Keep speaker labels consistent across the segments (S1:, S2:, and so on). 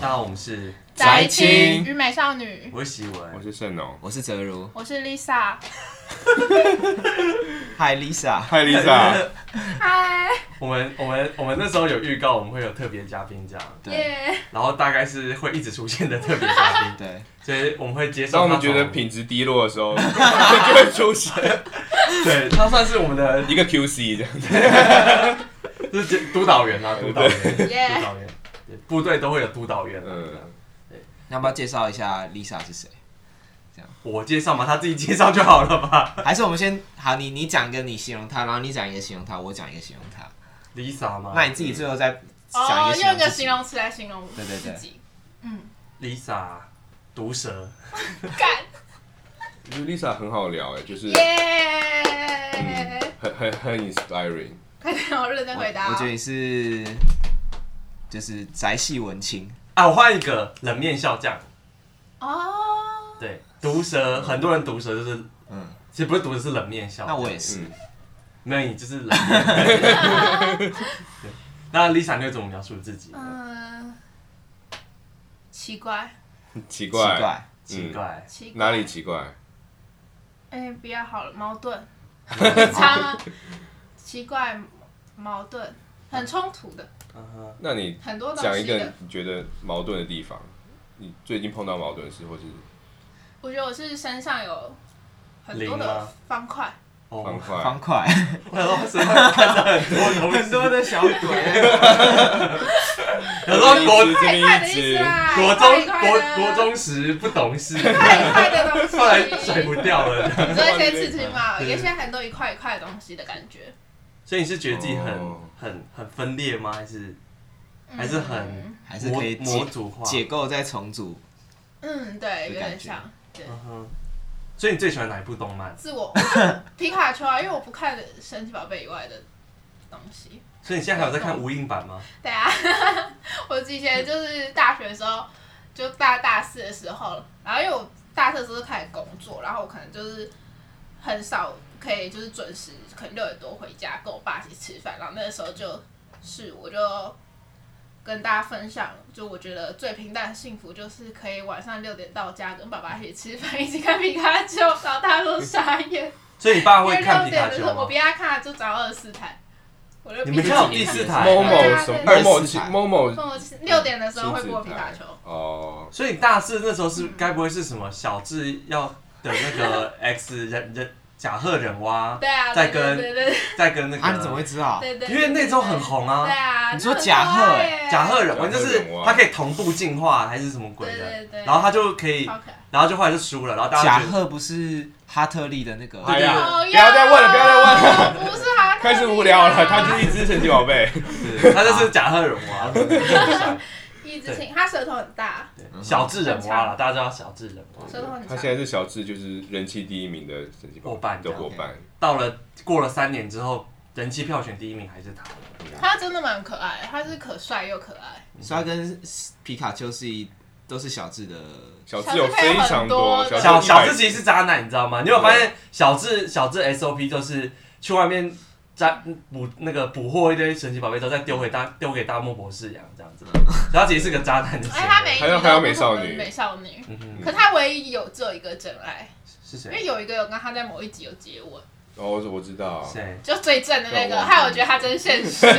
S1: 好，我们是，
S2: 宅
S3: 青
S2: 与美少女，
S1: 我是喜文
S3: 我，哦是盛农，
S4: 我是泽如，
S2: 我是 Lisa。
S4: 嗨，Lisa，
S3: 嗨 Lisa，
S2: 嗨，
S1: 我们我们我们那时候有预告，我们会有特别嘉宾这样，
S4: 对
S2: 耶！
S1: 然后大概是会一直出现的特别嘉宾，
S4: 对，
S1: 所以我们会接受。
S3: 当我们觉得，品质低落的 时候，就会出现
S1: 对他算是我们的
S3: 一个 QC 这样子。
S1: 就是督导员啊，督导员，督
S2: 耶
S1: 导员，对部队都会有督导员啊。
S3: 嗯
S1: 这样
S4: 要不要介绍一下 Lisa 是谁？
S1: 我介绍嘛，他自己介绍就好了吧。
S4: 还是我们先好，你你讲一个你形容她，然后你讲一个形容她，我讲一个形容她，
S1: Lisa 吗？
S4: 那你自己最后再讲
S2: 哦
S4: 一，个
S2: 用一个
S4: 形
S2: 形
S4: 容
S2: 容词来形容
S4: 对对对
S2: 自己。嗯，
S1: Lisa 毒蛇，
S2: 干
S3: 我觉得 Lisa 很好聊哎，就是
S2: 耶！
S3: 很很很 inspiring。
S2: 快点，我认真回答
S4: 嗯我
S2: 哦。
S4: 我觉得你是就是宅系文青，
S1: 啊，我换一个冷面笑匠。
S2: 哦，
S1: 对，毒蛇，很多人毒蛇就是，
S4: 嗯
S1: 其实不是毒蛇，是冷面笑匠。
S4: 那我也是，
S3: 嗯，
S1: 没有，你就是冷面。对那 Lisa 你会怎么描述自己呢？
S2: 嗯，奇怪，
S4: 奇
S3: 奇怪，
S4: 怪，
S1: 奇怪，
S2: 奇怪
S3: 哪里？奇怪？
S2: 哎，不要好了，矛盾，很差吗？奇怪，矛盾，很冲突的，
S1: 嗯哼
S3: 那你
S2: 很多东
S3: 讲一
S2: 西
S3: 个
S2: 的。
S3: 你觉得矛盾的地方，你最近碰到矛盾的事，或是
S2: 我觉得我是身上有很多
S1: 零
S2: 的
S1: 吗
S2: 方块。
S3: 方
S1: 哦，
S3: 块
S4: 方块，
S1: 我想说我身上看到很多东西，
S4: 很多的小鬼，
S1: 有时候国
S3: 这边
S2: 快的
S3: 一
S2: 意
S3: 直
S2: 思啦，
S1: 国
S2: 快
S1: 中
S2: 快
S1: 国
S2: 的
S1: 国中时不懂 事，
S2: 快快的东西，
S1: 后来甩不掉了。
S2: 你说一些刺青嘛，有一些很多一块一块的东西的感觉，
S1: 所以你是觉得自己很
S3: 哦
S1: 很很分裂吗？还是
S2: 嗯
S1: 还是很
S4: 还是
S1: 模
S4: 可以
S1: 模
S4: 解
S1: 组化？
S4: 解构再重组，
S2: 嗯，对，有
S4: 的感
S2: 点
S4: 觉
S2: 像对
S1: 嗯哼。所以你最喜欢哪一部动漫？
S2: 自我皮卡丘啊，因为我不看神奇宝贝以外的东西。
S1: 所以你现在还有在
S2: 哦
S1: 看无印版吗？
S2: 对啊， 我以前就是大学的时候，就大大四的时候，然后因为我大四的时候就开始工作，然后我可能就是很少可以就是准时，可能六点多回家跟我爸一起吃饭，然后那个时候就是我就跟大家分享，就我觉得最平淡的幸福就是可以晚上六点到家跟爸爸一起吃饭，一起看皮卡丘，然后大家都傻眼，
S1: 所以你爸
S2: 因
S1: 会
S2: 为
S1: 看
S2: 六
S1: 皮
S2: 点
S1: 卡
S2: 的
S1: 丘
S2: 时候我
S1: 吗
S2: 比？他看就早二十四台，我就
S1: 你
S2: 比
S1: 们
S2: 自
S1: 家
S2: 己
S1: 有第四台
S2: 对
S3: 某某
S2: 啊
S3: 什么
S2: 对
S3: 二
S2: 啊
S3: 某
S4: 四台
S3: 某某
S2: 跟我六点的时候会播皮卡丘，
S3: 哦，
S1: 所以你大四那时候是该不会是什么小智要的那个 X 人人甲贺忍蛙，
S2: 对啊，
S1: 在
S2: 对
S1: 跟
S2: 对对对
S1: 在跟那个，
S4: 啊，你怎么会知道？
S2: 对对，
S1: 因为那时候很红
S2: 对
S1: 啊，
S2: 啊，
S4: 你说甲贺
S2: 很可爱耶
S1: 甲贺忍蛙
S3: 甲
S1: 就
S3: 贺
S1: 是
S3: 忍蛙
S1: 它可以同步进化还是什么鬼
S2: 对
S1: 的，
S2: 对对，
S1: 然后他就可以，
S2: 超可爱，
S1: 然后就后来就输了，然后大
S4: 甲
S1: 家觉得
S4: 贺不是哈特利的那个，
S3: 哎呀
S2: 讨厌啊
S3: 不要再问了不要再问
S2: 不是他
S3: 开始无聊了，它就是一只神奇宝贝。
S1: 是他就是甲贺忍蛙，
S2: 一直听，他舌头很大，
S1: 对小智忍蛙了，大家知道小智忍蛙，
S2: 舌头很
S3: 他
S2: 长，
S3: 现在是小智，就是人气第一名的神奇宝
S1: 伙伴
S3: 贝的伙伴。
S1: 到了过了三年之后，人气票选第一名还是他，
S2: 他真的蛮可爱，他是可帅又可爱，
S4: 所以它跟皮卡丘是一都是小智的
S3: 小智有非常
S2: 小智
S1: 小小智
S3: 智
S1: 其实是渣男，你知道吗？你有没有发现小智小智 SOP 就是去外面摘捕那个捕获一堆神奇宝贝之后，再丢回大丢给大漠博士养这样子，所以他其实是个渣男的行
S2: 哎，他
S1: 为。
S2: 每一集
S3: 还有
S2: 都
S3: 还有美
S2: 不
S3: 少
S2: 同的
S3: 女
S2: 美少女，
S1: 嗯哼，
S2: 可他唯一有这一个真爱，
S1: 是
S2: 因
S1: 谁？
S2: 为有一个有跟他在某一集有接吻，
S3: 哦，我我知道，
S1: 谁？
S2: 就最正的那
S3: 对
S2: 个，
S3: 我
S2: 害我觉得他真现实，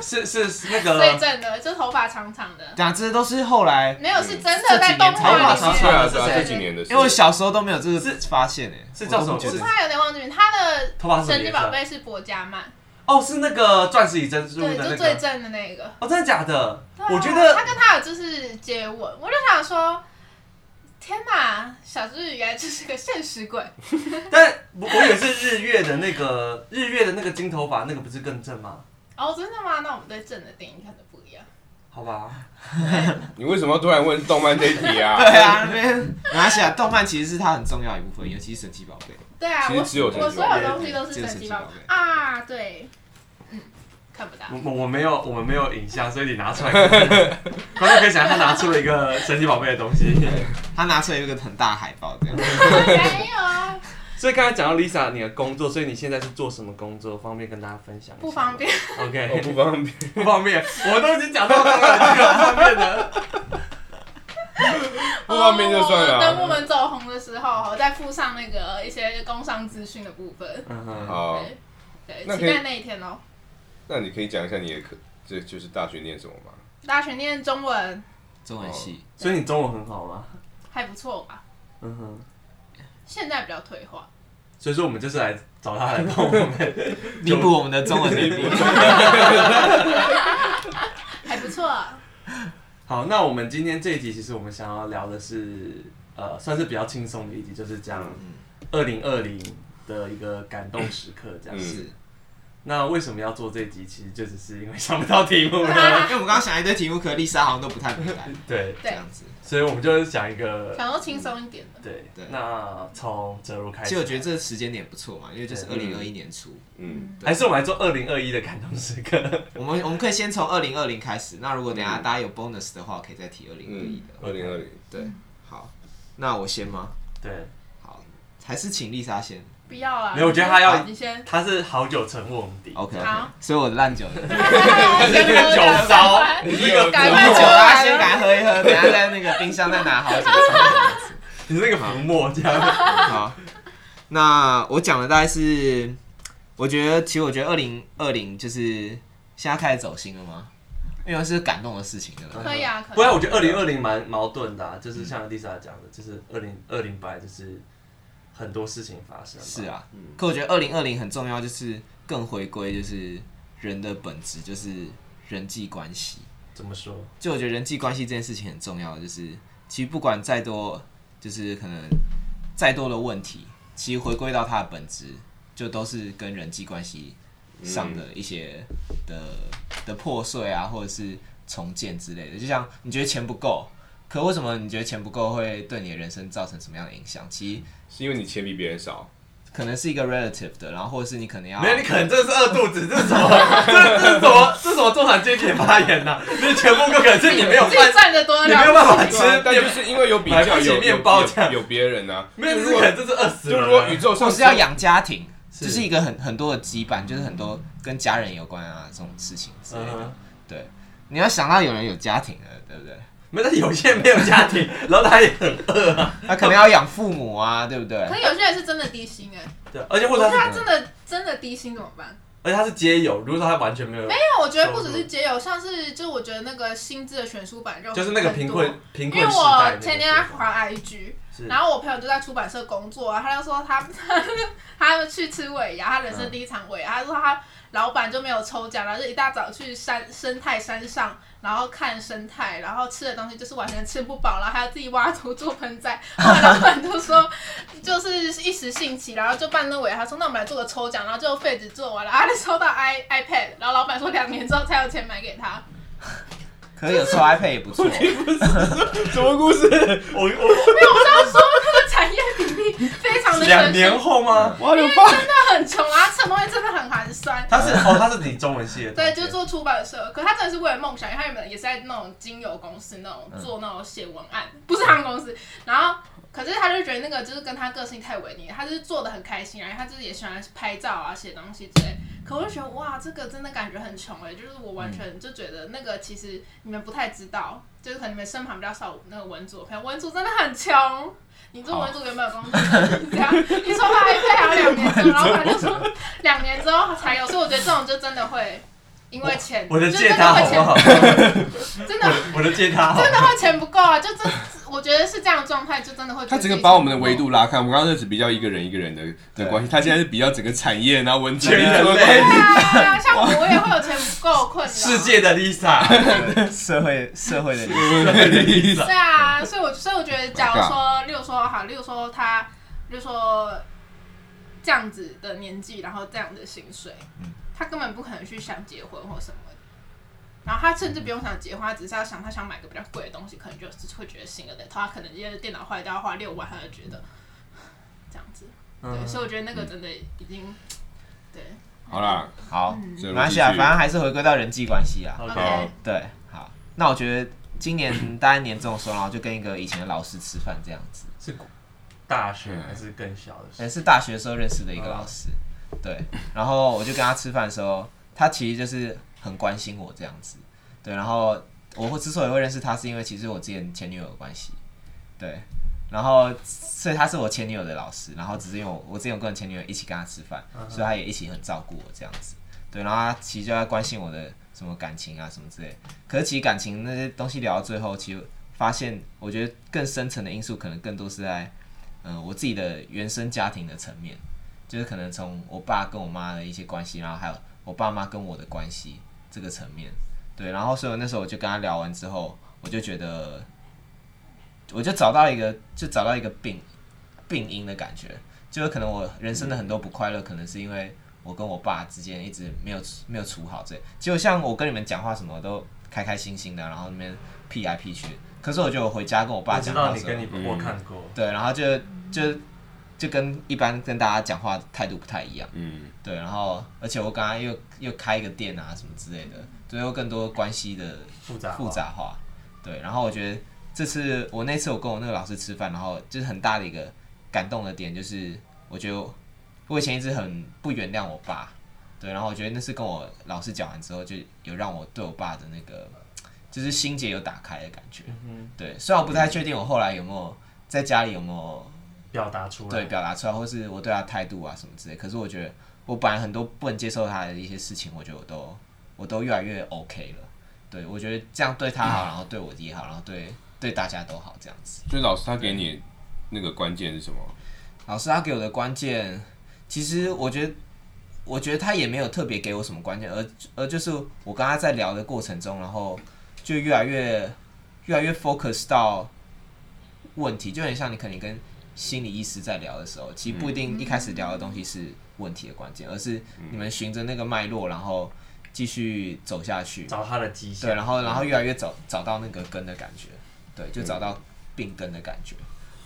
S1: 是是是那
S2: 最
S1: 个
S2: 正的就头发长长的，
S4: 对啊，这都是后来，
S2: 没有是真的在动画
S4: 头发长
S2: 里面
S3: 对
S4: 长。
S3: 啊
S1: 是
S3: 对啊，
S1: 谁
S3: 这几年的事，
S4: 因为我小时候都没有这个
S1: 是
S4: 发现
S5: 欸
S4: 诶，
S1: 是叫什么
S4: 我都不觉
S1: 是
S4: 得
S2: 我差有点忘记名，他的
S1: 头发是什么
S2: 神奇
S1: 颜
S2: 宝
S1: 色？
S2: 贝是博加曼，
S1: 哦，是那个钻石与珍珠
S2: 对，
S1: 的那
S2: 就最
S1: 个。
S2: 正的那个。
S1: 哦，真的假的？
S2: 对啊
S1: 我觉得
S2: 他跟他有就是接吻，我就想说，天哪，小智原来就是个现实鬼，
S1: 但我我也是日月的那个日月的那个金头发，那个不是更正吗？
S2: 哦，真的吗？那我们对正的定义可能不一样。
S1: 好吧，
S3: 你为什么突然问动漫这一题啊？
S4: 对啊，那边马来西亚动漫其实是它很重要一部分，尤其是神奇宝贝。
S2: 对啊，
S3: 其实
S2: 我
S3: 只有
S2: 我
S3: 神奇
S2: 所
S3: 宝
S2: 有
S3: 贝
S2: 东西都
S4: 只
S2: 是
S4: 有
S2: 神
S4: 神奇
S2: 奇宝
S4: 宝贝
S2: 贝啊，对，嗯，看不到。
S1: 我我我没有我们没有影像，所以你拿出来看看， 观众可以想象他拿出了一个神奇宝贝的东西。
S4: 他拿出来有一个很大的海报这样。
S2: 没有啊，
S1: 所以刚才讲到 Lisa 你的工作，所以你现在是做什么工作？方便跟大家分享？
S2: 不方。便。
S3: 我
S1: OK，
S3: 不方便。
S1: 不方便，我都已经讲到这个这个方面的。
S3: 画面就算了啊
S2: 等我们走红的时候，再附上那个一些工商资讯的部分。
S1: 嗯哼，
S3: 好，
S2: 对对，
S3: 那
S2: 期
S3: 可以
S2: 待那一天哦。
S3: 那你可以讲一下你的课，这就是大学念什么吗？
S2: 大学念中文
S5: 中文系
S1: 所以你中文很好吗？
S2: 还不错吧？
S1: 嗯哼，
S2: 现在比较退化。
S1: 所以说我们就是来找他来帮我们。
S5: 弥补我们的中文能力。
S2: 还不错、啊
S1: 好，那我们今天这一集，其实我们想要聊的是，呃，算是比较轻松的一集，就是讲二零二零的一个感动时刻这样。
S3: 嗯
S5: 是，
S1: 那为什么要做这一集？其实就只是因为想不到题目 了。
S5: 因为我们刚刚想一堆题目，可丽莎好像都不太明白，
S1: 对，
S5: 这
S2: 对
S5: 样子。
S1: 所以我们就是讲一个，
S2: 想说轻松一点的。
S1: 对
S5: 对
S1: 那从哲如开始，
S5: 其实我觉得这个时间点不错嘛，因为就是二零二一年初，
S3: 嗯，
S1: 还是我们来做二零二一的感动时刻。
S5: 我们我们可以先从二零二零开始。那如果等一下大家有 bonus 的话，我可以再提二零二一
S3: 嗯
S5: 的。，
S3: 二零二零，
S5: 对，好，那我先吗？
S1: 对，
S5: 好，还是请丽莎先。
S2: 不要啊！
S1: 没有我觉得他要
S2: 你先，
S1: 他是好久成瓮底，
S5: OK，
S2: 好
S5: 所以我的烂酒，
S2: 你先
S1: 这个
S2: 喝
S1: 酒
S2: 着
S1: 糟，
S2: 赶
S1: 你这个
S2: 赶
S5: 我
S2: 快
S5: 们酒
S2: 出
S5: 大家
S2: 来
S5: 先赶快喝一喝，等一下在那个冰箱再拿好几次。
S1: 你是那个浮沫这样。
S5: 好，那我讲的大概是，我觉得其实我觉得二零二零就是现在开始走心了吗？因为是感动的事情，对不对？
S2: 可以啊，可以。
S1: 不然我觉得二零二零蛮矛盾的、啊，就是像 Lisa 讲的，就是二零二零本来就是很多事情发生，
S5: 是，啊
S3: 嗯，
S5: 可我觉得二零二零很重要，就是更回归就是人的本质，就是人际关系。
S1: 怎么说？
S5: 就我觉得人际关系这件事情很重要，就是其实不管再多，就是可能再多的问题，其实回归到它的本质，就都是跟人际关系上
S1: 嗯
S5: 的一些的、的破碎啊，或者是重建之类的。就像你觉得钱不够，可为什么你觉得钱不够会对你的人生造成什么样的影响？其实
S3: 是因为你钱比别 人少，
S5: 可能是一个 relative 的，然后或者是你可能
S2: 啊
S5: 要
S1: 没有，你可能真的是饿肚子，这是什 么？这这是什么？这是什么中产阶级的发言呐、就是全部都可能是你没有
S2: 自己
S1: 饭，
S2: 赚的多，
S1: 你没有办法
S2: 然后
S1: 吃
S3: 对啊但就是因为有比
S1: 买不
S3: 较，
S1: 起
S3: 有
S1: 面包
S3: 有
S1: 这样
S3: 有有别人啊，
S1: 没有，
S3: 就
S1: 这
S3: 如
S1: 是可
S3: 果
S1: 能这是饿死
S3: 就
S1: 人啊。
S3: 如果宇宙
S5: 或
S3: 上
S5: 是要养家庭，
S1: 是
S5: 就是一个很很多的羁绊，就是很多跟家人有关啊这种事情之类
S1: 嗯
S5: 的。
S1: 哼，
S5: 对，你要想到有人有家庭了，对不对？
S1: 没有，但是有些人没有家 庭，然后他也很饿啊。
S5: 他可能要养父母啊，对不对
S2: 可？是有些人是真的低薪哎，
S1: 对，而且或
S2: 可
S1: 者
S2: 是
S1: 他是，
S2: 他真的真的低薪怎么办？
S1: 而且他是街友，如果说他完全没有，
S2: 没有，我觉得不只是街友，像是就我觉得那个薪资的选书版就
S1: 就是那个
S2: 很
S1: 贫
S2: 多
S1: 困贫
S2: 因
S1: 困
S2: 为
S1: 时代那
S2: 我
S1: 个
S2: 前天
S1: 地
S2: 在
S1: 方
S2: 滑 IG，
S1: 是
S2: 然后我朋友就在出版社工作啊，他就说他他们去吃尾牙，他人
S1: 嗯
S2: 生第一场尾牙，他说他老板就没有抽奖，然后就一大早去山生态山上，然后看生态，然后吃的东西就是完全吃不饱，然后还要自己挖土做盆栽。后来老板就说就是一时兴起，然后就办那尾牙，他说那我们来做个抽奖，然后最后废纸做完了，然后他就抽到 i iPad，然后老板说两年之后才有钱买给他，
S5: 可是有抽 iPad 也不错。
S3: 什么故事？
S1: 我 我
S2: 没有，我是要说那个产业比例非常的
S1: 两
S2: 悬殊
S1: 年后吗？
S3: 我的妈！
S2: 很穷啊，吃的东西真的很寒酸。
S1: 他是哦，他是你中文系的同学，
S2: 对，就是做出版社，可他真的是为了梦想，因为他原本也是在那种精油公司那种做那种写文案，不是他们公司。然后，可是他就觉得那个就是跟他个性太违逆，他就是做的很开心啊，然后他就是也喜欢拍照啊、写东西之类。可我就觉得哇，这个真的感觉很穷哎、就是我
S1: 嗯
S2: 完全就觉得那个其实你们不太知道，就是可能你们身旁比较少那个文组的朋友，文组真的很穷。你做文组原本有工作就是这样， 你说他 iPad 还有两年之后，然后他就说两年之后才有，所以我觉得这种就真的会因为钱，
S1: 我的
S2: 就
S1: 借
S2: 真
S1: 他
S2: 的会
S1: 好不
S2: 钱
S1: 好？
S2: 真 的
S1: 我我的借他好
S2: 真。的会钱不够啊！就真，我觉得是这样的状态，就真的会觉
S3: 他
S2: 得
S3: 整
S2: 自
S3: 个
S2: 己
S3: 把我
S2: 钱
S3: 们的
S2: 不
S3: 维
S2: 够
S3: 度拉开，我们刚刚那只比较一个人一个人的的关系，他现在是比较整个产业，然后文字
S1: 全人类
S3: 整个关系
S2: 对啊，像我我也会有钱不够困扰。
S1: 世界的 Lisa，
S5: 社会社会的理
S3: 的意 思。
S2: 对啊，所以我所以我觉得，假如说，例如说好，例如说他，例如说这样子的年纪，然后这样的薪水，
S5: 嗯
S2: 他根本不可能去想结婚或什么的。然后他甚至不用想结婚，他只是要想他想买个比较贵的东西，可能就是会觉得心了的。他可能因为电脑坏掉要花六万，他就觉得这样子。对，
S1: 嗯
S2: 所以我觉得那个真的已经对。
S3: 好啦，
S5: 好，
S2: 嗯
S5: 没
S3: 没
S5: 关系啊，反正还是回归到人际关系啊。
S1: OK，
S3: 好
S2: OK，
S5: 对，好，那我觉得今年大家年终的时候，然后就跟一个以前的老师吃饭这样子，
S1: 是大学还是更小的时
S5: 也
S1: 候？
S5: 哎是大学的时候认识的一个老师。对，然后我就跟他吃饭的时候，他其实就是很关心我这样子。对，然后我会之所以会认识他，是因为其实我之前前女友的关系。对，然后所以他是我前女友的老师，然后只是因为我我之前有跟我前女友一起跟他吃饭，所以他也一起很照顾我这样子。对，然后他其实就在关心我的什么感情啊什么之类。可是其实感情那些东西聊到最后，其实发现我觉得更深层的因素可能更多是在，嗯、我自己的原生家庭的层面，就是可能从我爸跟我妈的一些关系，然后还有我爸妈跟我的关系这个层面。对，然后所以我那时候我就跟他聊完之后，我就觉得，我就找到一个，就找到一个病病因的感觉，就是可能我人生的很多不快乐，可能是因为我跟我爸之间一直没有没有处好这，就像我跟你们讲话什么都开开心心的，然后那边屁来屁去，可是我就回家跟我爸
S1: 我知
S5: 讲话
S1: 道
S5: 的
S1: 你
S5: 时候
S1: 跟，你
S3: 嗯
S1: 我看过，
S5: 对，然后就就就跟一般跟大家讲话态度不太一样。
S3: 嗯，
S5: 对，然后而且我刚刚又又开一个店啊什么之类的，最后更多关系的
S1: 复杂
S5: 嗯复杂化。对，然后我觉得这次我那次我跟我那个老师吃饭，然后就是很大的一个感动的点，就是我觉得我以前一直很不原谅我爸，对，然后我觉得那次跟我老师讲完之后，就有让我对我爸的那个就是心结有打开的感觉。对，虽然我不太确定我后来有没有在家里有没有
S1: 表达出
S5: 对
S1: 来，
S5: 表达出来，或是我对他态度啊什么之类。可是我觉得我本来很多不能接受他的一些事情，我觉得我都我都越来越 OK 了。对我觉得这样对他 好，然后对我也好，然后对对大家都好这样子。
S3: 就是老师他给你那个关键是什么？
S5: 老师他给我的关键，其实我觉得。我觉得他也没有特别给我什么关键，而而就是我跟他在聊的过程中，然后就越来越越来越 focus 到问题，就很像你可能跟心理医师在聊的时候，其实不一定一开始聊的东西是问题的关键，而是你们循着那个脉络，然后继续走下去。
S1: 找他的迹
S5: 对，
S1: 象，
S5: 然后然后越来越找找到那个根的感觉，对，
S1: 嗯
S5: 就找到病根的感觉，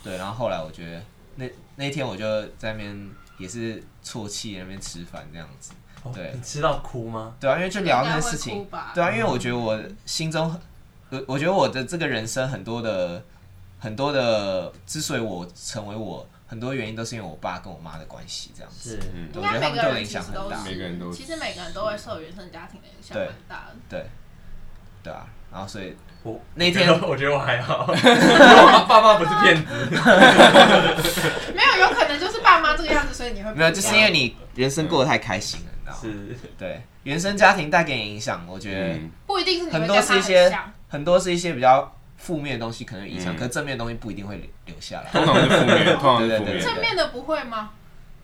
S5: 对，然后后来我觉得那那天我就在那边也是啜泣那边吃饭这样子，
S1: 哦
S5: 对
S1: 你吃到哭吗？
S5: 对啊，因为就聊那些事
S2: 应该会
S5: 情
S2: 哭吧，嗯
S5: 对啊，因为我觉得我心中，我我觉得我的这个人生很多的很多的，之所以我成为我，很多原因都是因为我爸跟我妈的关系这样子，
S1: 是，
S3: 嗯，
S2: 应
S5: 我觉得他
S2: 该每
S5: 们
S2: 个
S5: 对我的
S2: 人
S5: 影
S2: 其
S5: 响
S2: 实
S5: 很
S2: 都
S5: 大
S2: 是，
S3: 每个人都
S2: 其实每个人都会受原生家庭的影响
S5: 对
S2: 蛮大的。
S5: 对，对啊，然后所以
S1: 我
S5: 那天
S1: 我觉得我觉得我还好，因为我爸妈不是骗子，
S2: 没有，有可能就是爸妈这个样子，所以你会不
S5: 没有，就是
S1: 嗯
S5: 因为
S2: 一样
S5: 你人生过得太开心了，你知道吗？
S1: 是
S5: 对，原生家庭带给你影响，我觉得
S3: 嗯，
S2: 不一定是你会
S5: 很
S2: 跟
S5: 多
S2: 他
S5: 是一
S2: 很
S5: 些
S2: 像，
S5: 很多是一些比较负面的东西可能有影响，
S3: 嗯
S5: 可正面的东西不一定会留留下来。
S3: 通常是负面，通常是负
S5: 对对
S3: 面
S2: 正面的不会吗？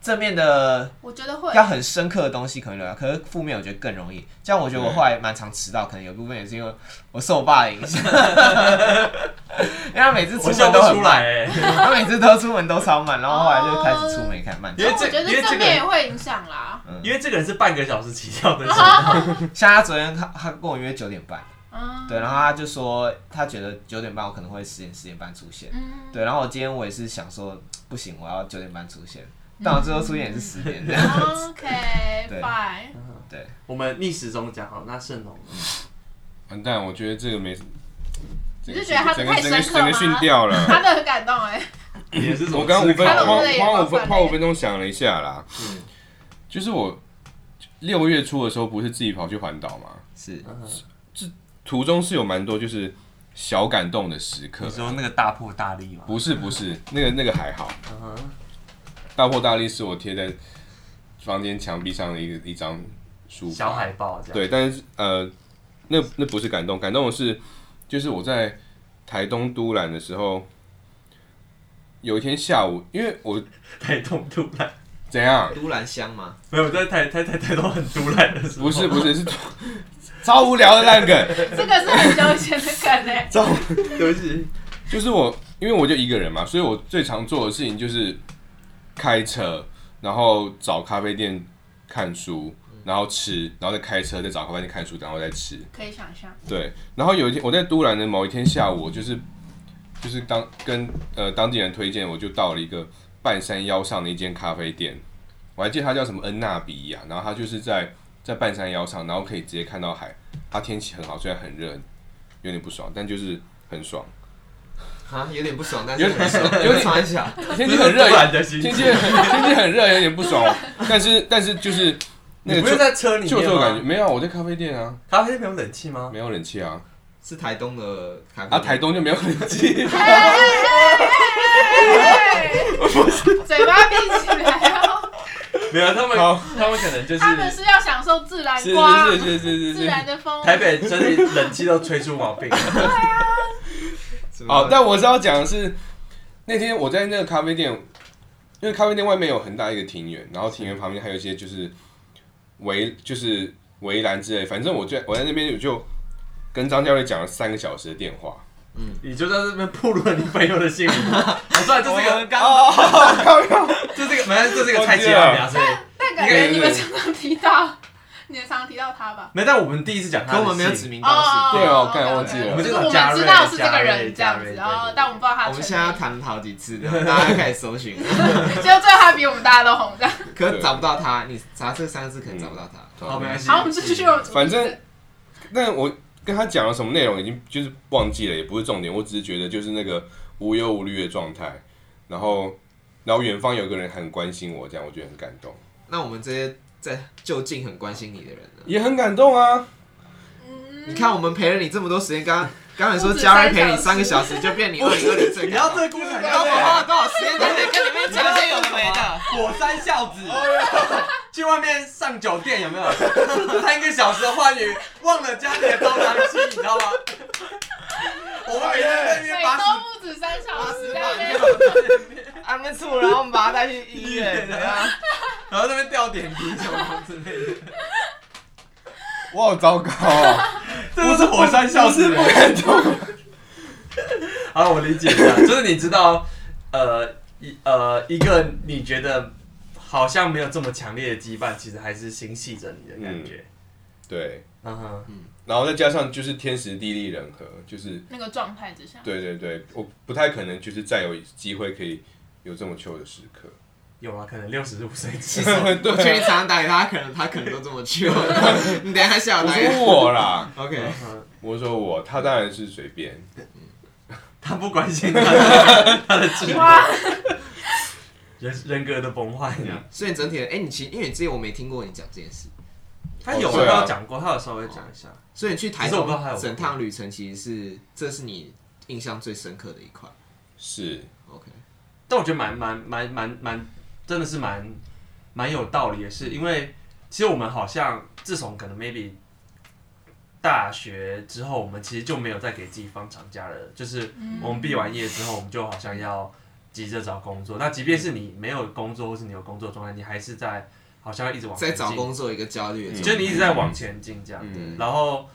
S5: 正面的
S2: 我觉得会。
S5: 要很深刻的东西可能留下，可是负面我觉得更容易。这样我觉得我后来蛮常迟到，可能有部分也是因为我受我爸的影响， 因为他每次出
S1: 我
S5: 门
S1: 笑不
S5: 都很
S1: 出
S5: 慢，
S1: 来，哎
S5: 他每次都出门都超慢，然后后来就开始出门也开始慢。
S1: 因为
S2: 我
S1: 这
S2: 觉得
S1: 因为这
S2: 正
S1: 个
S2: 面也会影响啦。
S1: 因为这个人是半个小时起跳的，
S5: 像他昨天他他跟我约九点半，
S2: 嗯，
S5: 对，然后他就说他觉得九点半我可能会十点十点半出现。
S2: 嗯，
S5: 对，然后我今天我也是想说，不行，我要九点半出现，但我最后出现也是十点这样。对
S2: 嗯 OK，fine。
S5: 对，
S1: 我们逆时钟讲好，那圣龙呢
S3: 完蛋，嗯我觉得这个没。
S2: 你是觉得他
S3: 整个
S2: 太
S3: 整个
S2: 深刻
S3: 整
S2: 吗
S3: 个训掉了？
S2: 他的很感动哎，
S1: 也是什么
S3: 我刚五分
S1: 思考
S2: 他的
S3: 花花
S2: 泪也
S3: 花
S2: 爆
S3: 五分
S2: 出来
S3: 花
S2: 了
S3: 五分钟想了一下啦，
S5: 嗯
S3: 就是我六月初的时候不是自己跑去环岛嘛，
S5: 是
S3: 途中是有蛮多就是小感动的时刻
S1: 你，说那个大破大立吗？
S3: 不是不是，那个那个还好，
S1: 嗯哼
S3: 大破大立是我贴在房间墙壁上的一个一张书法
S1: 小海报这样，
S3: 对，但是呃，那那不是感动，感动的是就是我在台东都兰的时候，有一天下午，因为我
S1: 台东突然
S3: 怎样。
S5: 都兰香吗？
S1: 没有在台台台台东很突然的时候，
S3: 不是不是 是超无聊的烂梗，
S2: 这个是很久以前的梗哎。
S1: 糟，对不起，
S3: 就是我，因为我就一个人嘛，所以我最常做的事情就是开车，然后找咖啡店看书，然后吃，然后再开车，再找咖啡店看书，然后再吃。
S2: 可以想象，
S3: 对，然后有一天我在都兰的某一天下午，我就是就是当跟呃当地人推荐，我就到了一个半山腰上的一间咖啡店，我还记得它叫什么恩纳比亚，然后它就是在在半山腰上，然后可以直接看到海，它天气很好，虽然很热，有点不爽，但就是很爽。
S5: 啊，有点不爽，但
S3: 是有点很爽有点
S5: 爽一下。
S3: 天气很热，
S1: 突然的心
S3: 天
S1: 情，
S3: 气很天气很热，有点不爽，但是但是就是那
S1: 你
S3: 个
S1: 不是在车里
S3: 就
S1: 面
S3: 这种感觉，
S1: 吗？
S3: 没有，我在咖啡店啊，
S1: 咖啡店没有冷气吗？
S3: 没有冷气啊，
S5: 是台东的咖啡
S1: 嗯
S3: 啊，
S5: 店
S3: 台东就没有人机，
S2: 嘴巴闭起来哦，
S1: 没有他们
S3: 好，
S1: 他们可能就是
S2: 他们是要享受自然
S3: 是
S2: 光、
S3: 是是是是
S2: 自
S3: 是。
S2: 然的风。
S1: 台北真的冷气都吹出毛 病了。嗯
S5: 什么
S3: 哦，但我是要讲的是，那天我在那个咖啡店，因为咖啡店外面有很大一个庭园，然后庭园旁边还有一些就是围就是围栏之类，反正我就我在那边我就跟张教练讲了三个小时的电话。
S1: 你就在这边暴露了你朋友的 姓名。我知道这是一个，
S4: 刚
S1: 哦这是一个，反正这是一个菜鸡啊，表示。
S2: 但感觉你们常常提到，你们常常提到他吧？
S1: 没，但我们第一次讲他
S5: 可
S1: 的
S5: 我们没有指
S1: 姓，
S5: 名道姓。
S3: 对哦刚才忘记了
S2: 我
S1: 我
S2: 们
S1: 们
S2: 就
S1: 就是是
S2: 我
S1: 嘉
S2: 们
S1: 瑞
S2: 知道是这个
S1: 嘉
S2: 人
S1: 瑞
S2: 这样
S1: 嘉
S2: 子，
S1: 瑞
S2: 然后但我们不知道他
S5: 我们
S2: 全
S5: 现在要
S2: 名
S5: 谈好几次的，大家开始搜寻，
S2: 结果最后他比我们大家都红，这样。
S5: 可是找不到他，你查这三个字可能找不到他。
S1: 好，没关系。
S2: 好，我们继续我们主题。
S3: 反正那我跟他讲了什么内容已经就是忘记了，也不是重点，我只是觉得就是那个无忧无虑的状态，然后然后远方有个人很关心我，这样我觉得很感动，
S5: 那我们这些在就近很关心你的人呢？
S3: 也很感动啊。
S2: 嗯
S5: 你看，我们陪了你这么多时间，刚刚才说嘉瑞陪你三个小时，就变你二零二 零最
S4: 你
S5: 高。
S4: 要这个故事，你
S5: 然后
S4: 要怎
S5: 我们
S4: 么
S5: 花了多少时间在这里跟你们
S4: 讲
S5: 讲
S4: 一
S5: 这
S4: 些
S5: 些
S4: 有
S5: 有
S4: 的
S5: 的
S4: 没
S5: 没的？
S4: 的？火山孝子，
S1: 去外面上酒店有没有？三个小时的话语，忘了家里的高粱鸡，你知 道吗？我们每天在那边
S2: 每
S1: 把屎
S2: 周不止三小时，在那边
S4: 安个醋，然后我们把他带去医院，
S1: 对啊，然后在那边吊点滴什么之类的，
S3: 我好糟糕、啊，
S1: 这就是火山笑死人。
S3: 感动。
S1: 好，我理解一下，就是你知道，呃，一呃一个你觉得好像没有这么强烈的羁绊，其实还是心系着你的感觉。
S3: 对，
S1: 嗯哼，
S3: 然后再加上就是天时地利人和，就是
S2: 那个状态之下，
S3: 对对对，我不太可能就是再有机会可以有这么糗的时刻。
S1: 有啊，可能六十五岁
S5: 其
S1: 之
S5: 实
S1: 后，
S5: 我确定常常打给他，可能他可能都这么去了。你等一下下午
S3: 我
S5: 打给
S3: 说我啦，
S5: 他 OK，
S1: 嗯哼
S3: 我说我，他当然是随便。
S1: 他不关心他的他的智
S2: 哇，
S1: 慧，人人格的崩坏。
S5: 所以整体的，哎，你其因为你之前我没听过你讲这件事，
S1: 他有
S3: 哦
S1: 啊
S3: 对啊
S1: 他有讲过，他有稍微讲一下。
S5: 所以你去台
S1: 可是我
S5: 中
S1: 不知道他有
S5: 整趟旅程，其实是这是你印象最深刻的一块。
S3: 是，
S5: OK，
S1: 但我觉得蛮蛮蛮蛮蛮，真的是蛮蛮有道理的是，因为其实我们好像自从可能 maybe 大学之后，我们其实就没有再给自己放长假了。就是
S2: 嗯
S3: 嗯
S1: 我们毕完业之后，我们就好像要急着找工作。那即便是你没有工作，或是你有工作状态，你还是在好像一直往前
S5: 在找
S1: 进
S5: 工作一个焦虑的状态，
S1: 就你一直在往前进这样，
S3: 嗯
S1: 然后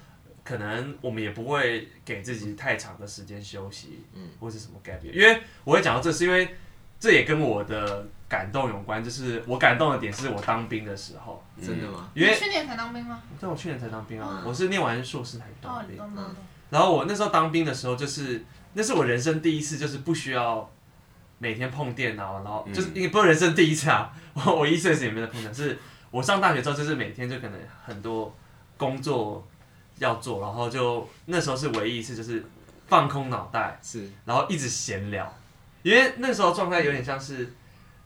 S1: 可能我们也不会给自己太长的时间休息，
S5: 嗯
S1: 或是什么 gap year，因为我会讲到这是因为这也跟我的感动有关，就是我感动的点是我当兵的时候，
S3: 嗯
S5: 真的吗？
S1: 因为
S2: 你去年才当兵吗？
S1: 对我去年才当兵啊
S2: 哇，
S1: 我是念完硕士才
S2: 哦
S1: 当，兵
S2: 你，懂懂懂。
S1: 然后我那时候当兵的时候，就是那是我人生第一次，就是不需要每天碰电脑，然后、
S3: 嗯
S1: 就是也不是人生第一次啊， 我我一岁时也没有碰电脑，是我上大学之后就是每天就可能很多工作要做，然后就那时候是唯一一次就是放空脑袋，
S5: 是
S1: 然后一直闲聊，因为那时候状态有点像是，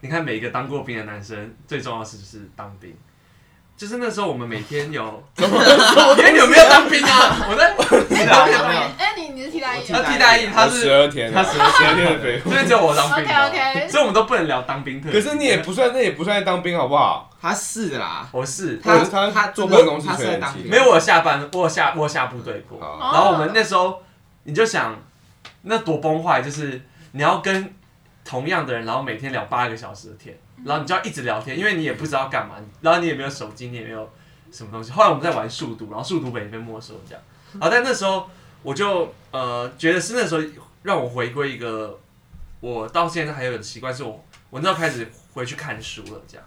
S1: 你看每一个当过兵的男生最重要的事就是当兵。就是那时候，我们每天有，因 为你有没有当兵啊？我在，你当兵没有？
S2: 哎，你你是替代役
S5: 我
S1: 他替代役，他
S3: 他十
S1: 是
S3: 二天啊，
S1: 他
S3: 十二天的废物。
S1: 因为只有我当兵
S2: ？OK
S1: 嘛，
S2: OK，
S1: 所以我们都不能聊当兵特辑。
S3: 可是你也不算，那也不算在当兵，好不好？
S5: 他是啦，
S1: 我是
S5: 他
S3: 我是他
S5: 他
S3: 坐办公室
S5: 他是在
S3: 吹
S5: 当
S3: 冷气
S5: 兵
S1: 没有我有下班，我有下我有下部队过。
S3: 好，
S2: 哦
S1: 然后我们那时候你就想，那多崩坏，就是你要跟同样的人，然后每天聊八个小时的天，然后你就要一直聊天，因为你也不知道干嘛，然后你也没有手机，你也没有什么东西。后来我们在玩数独，然后数独本也被没收这样。然后但那时候我就呃觉得是那时候让我回归一个我到现在还有的习惯，是我我那时候开始回去看书了这样，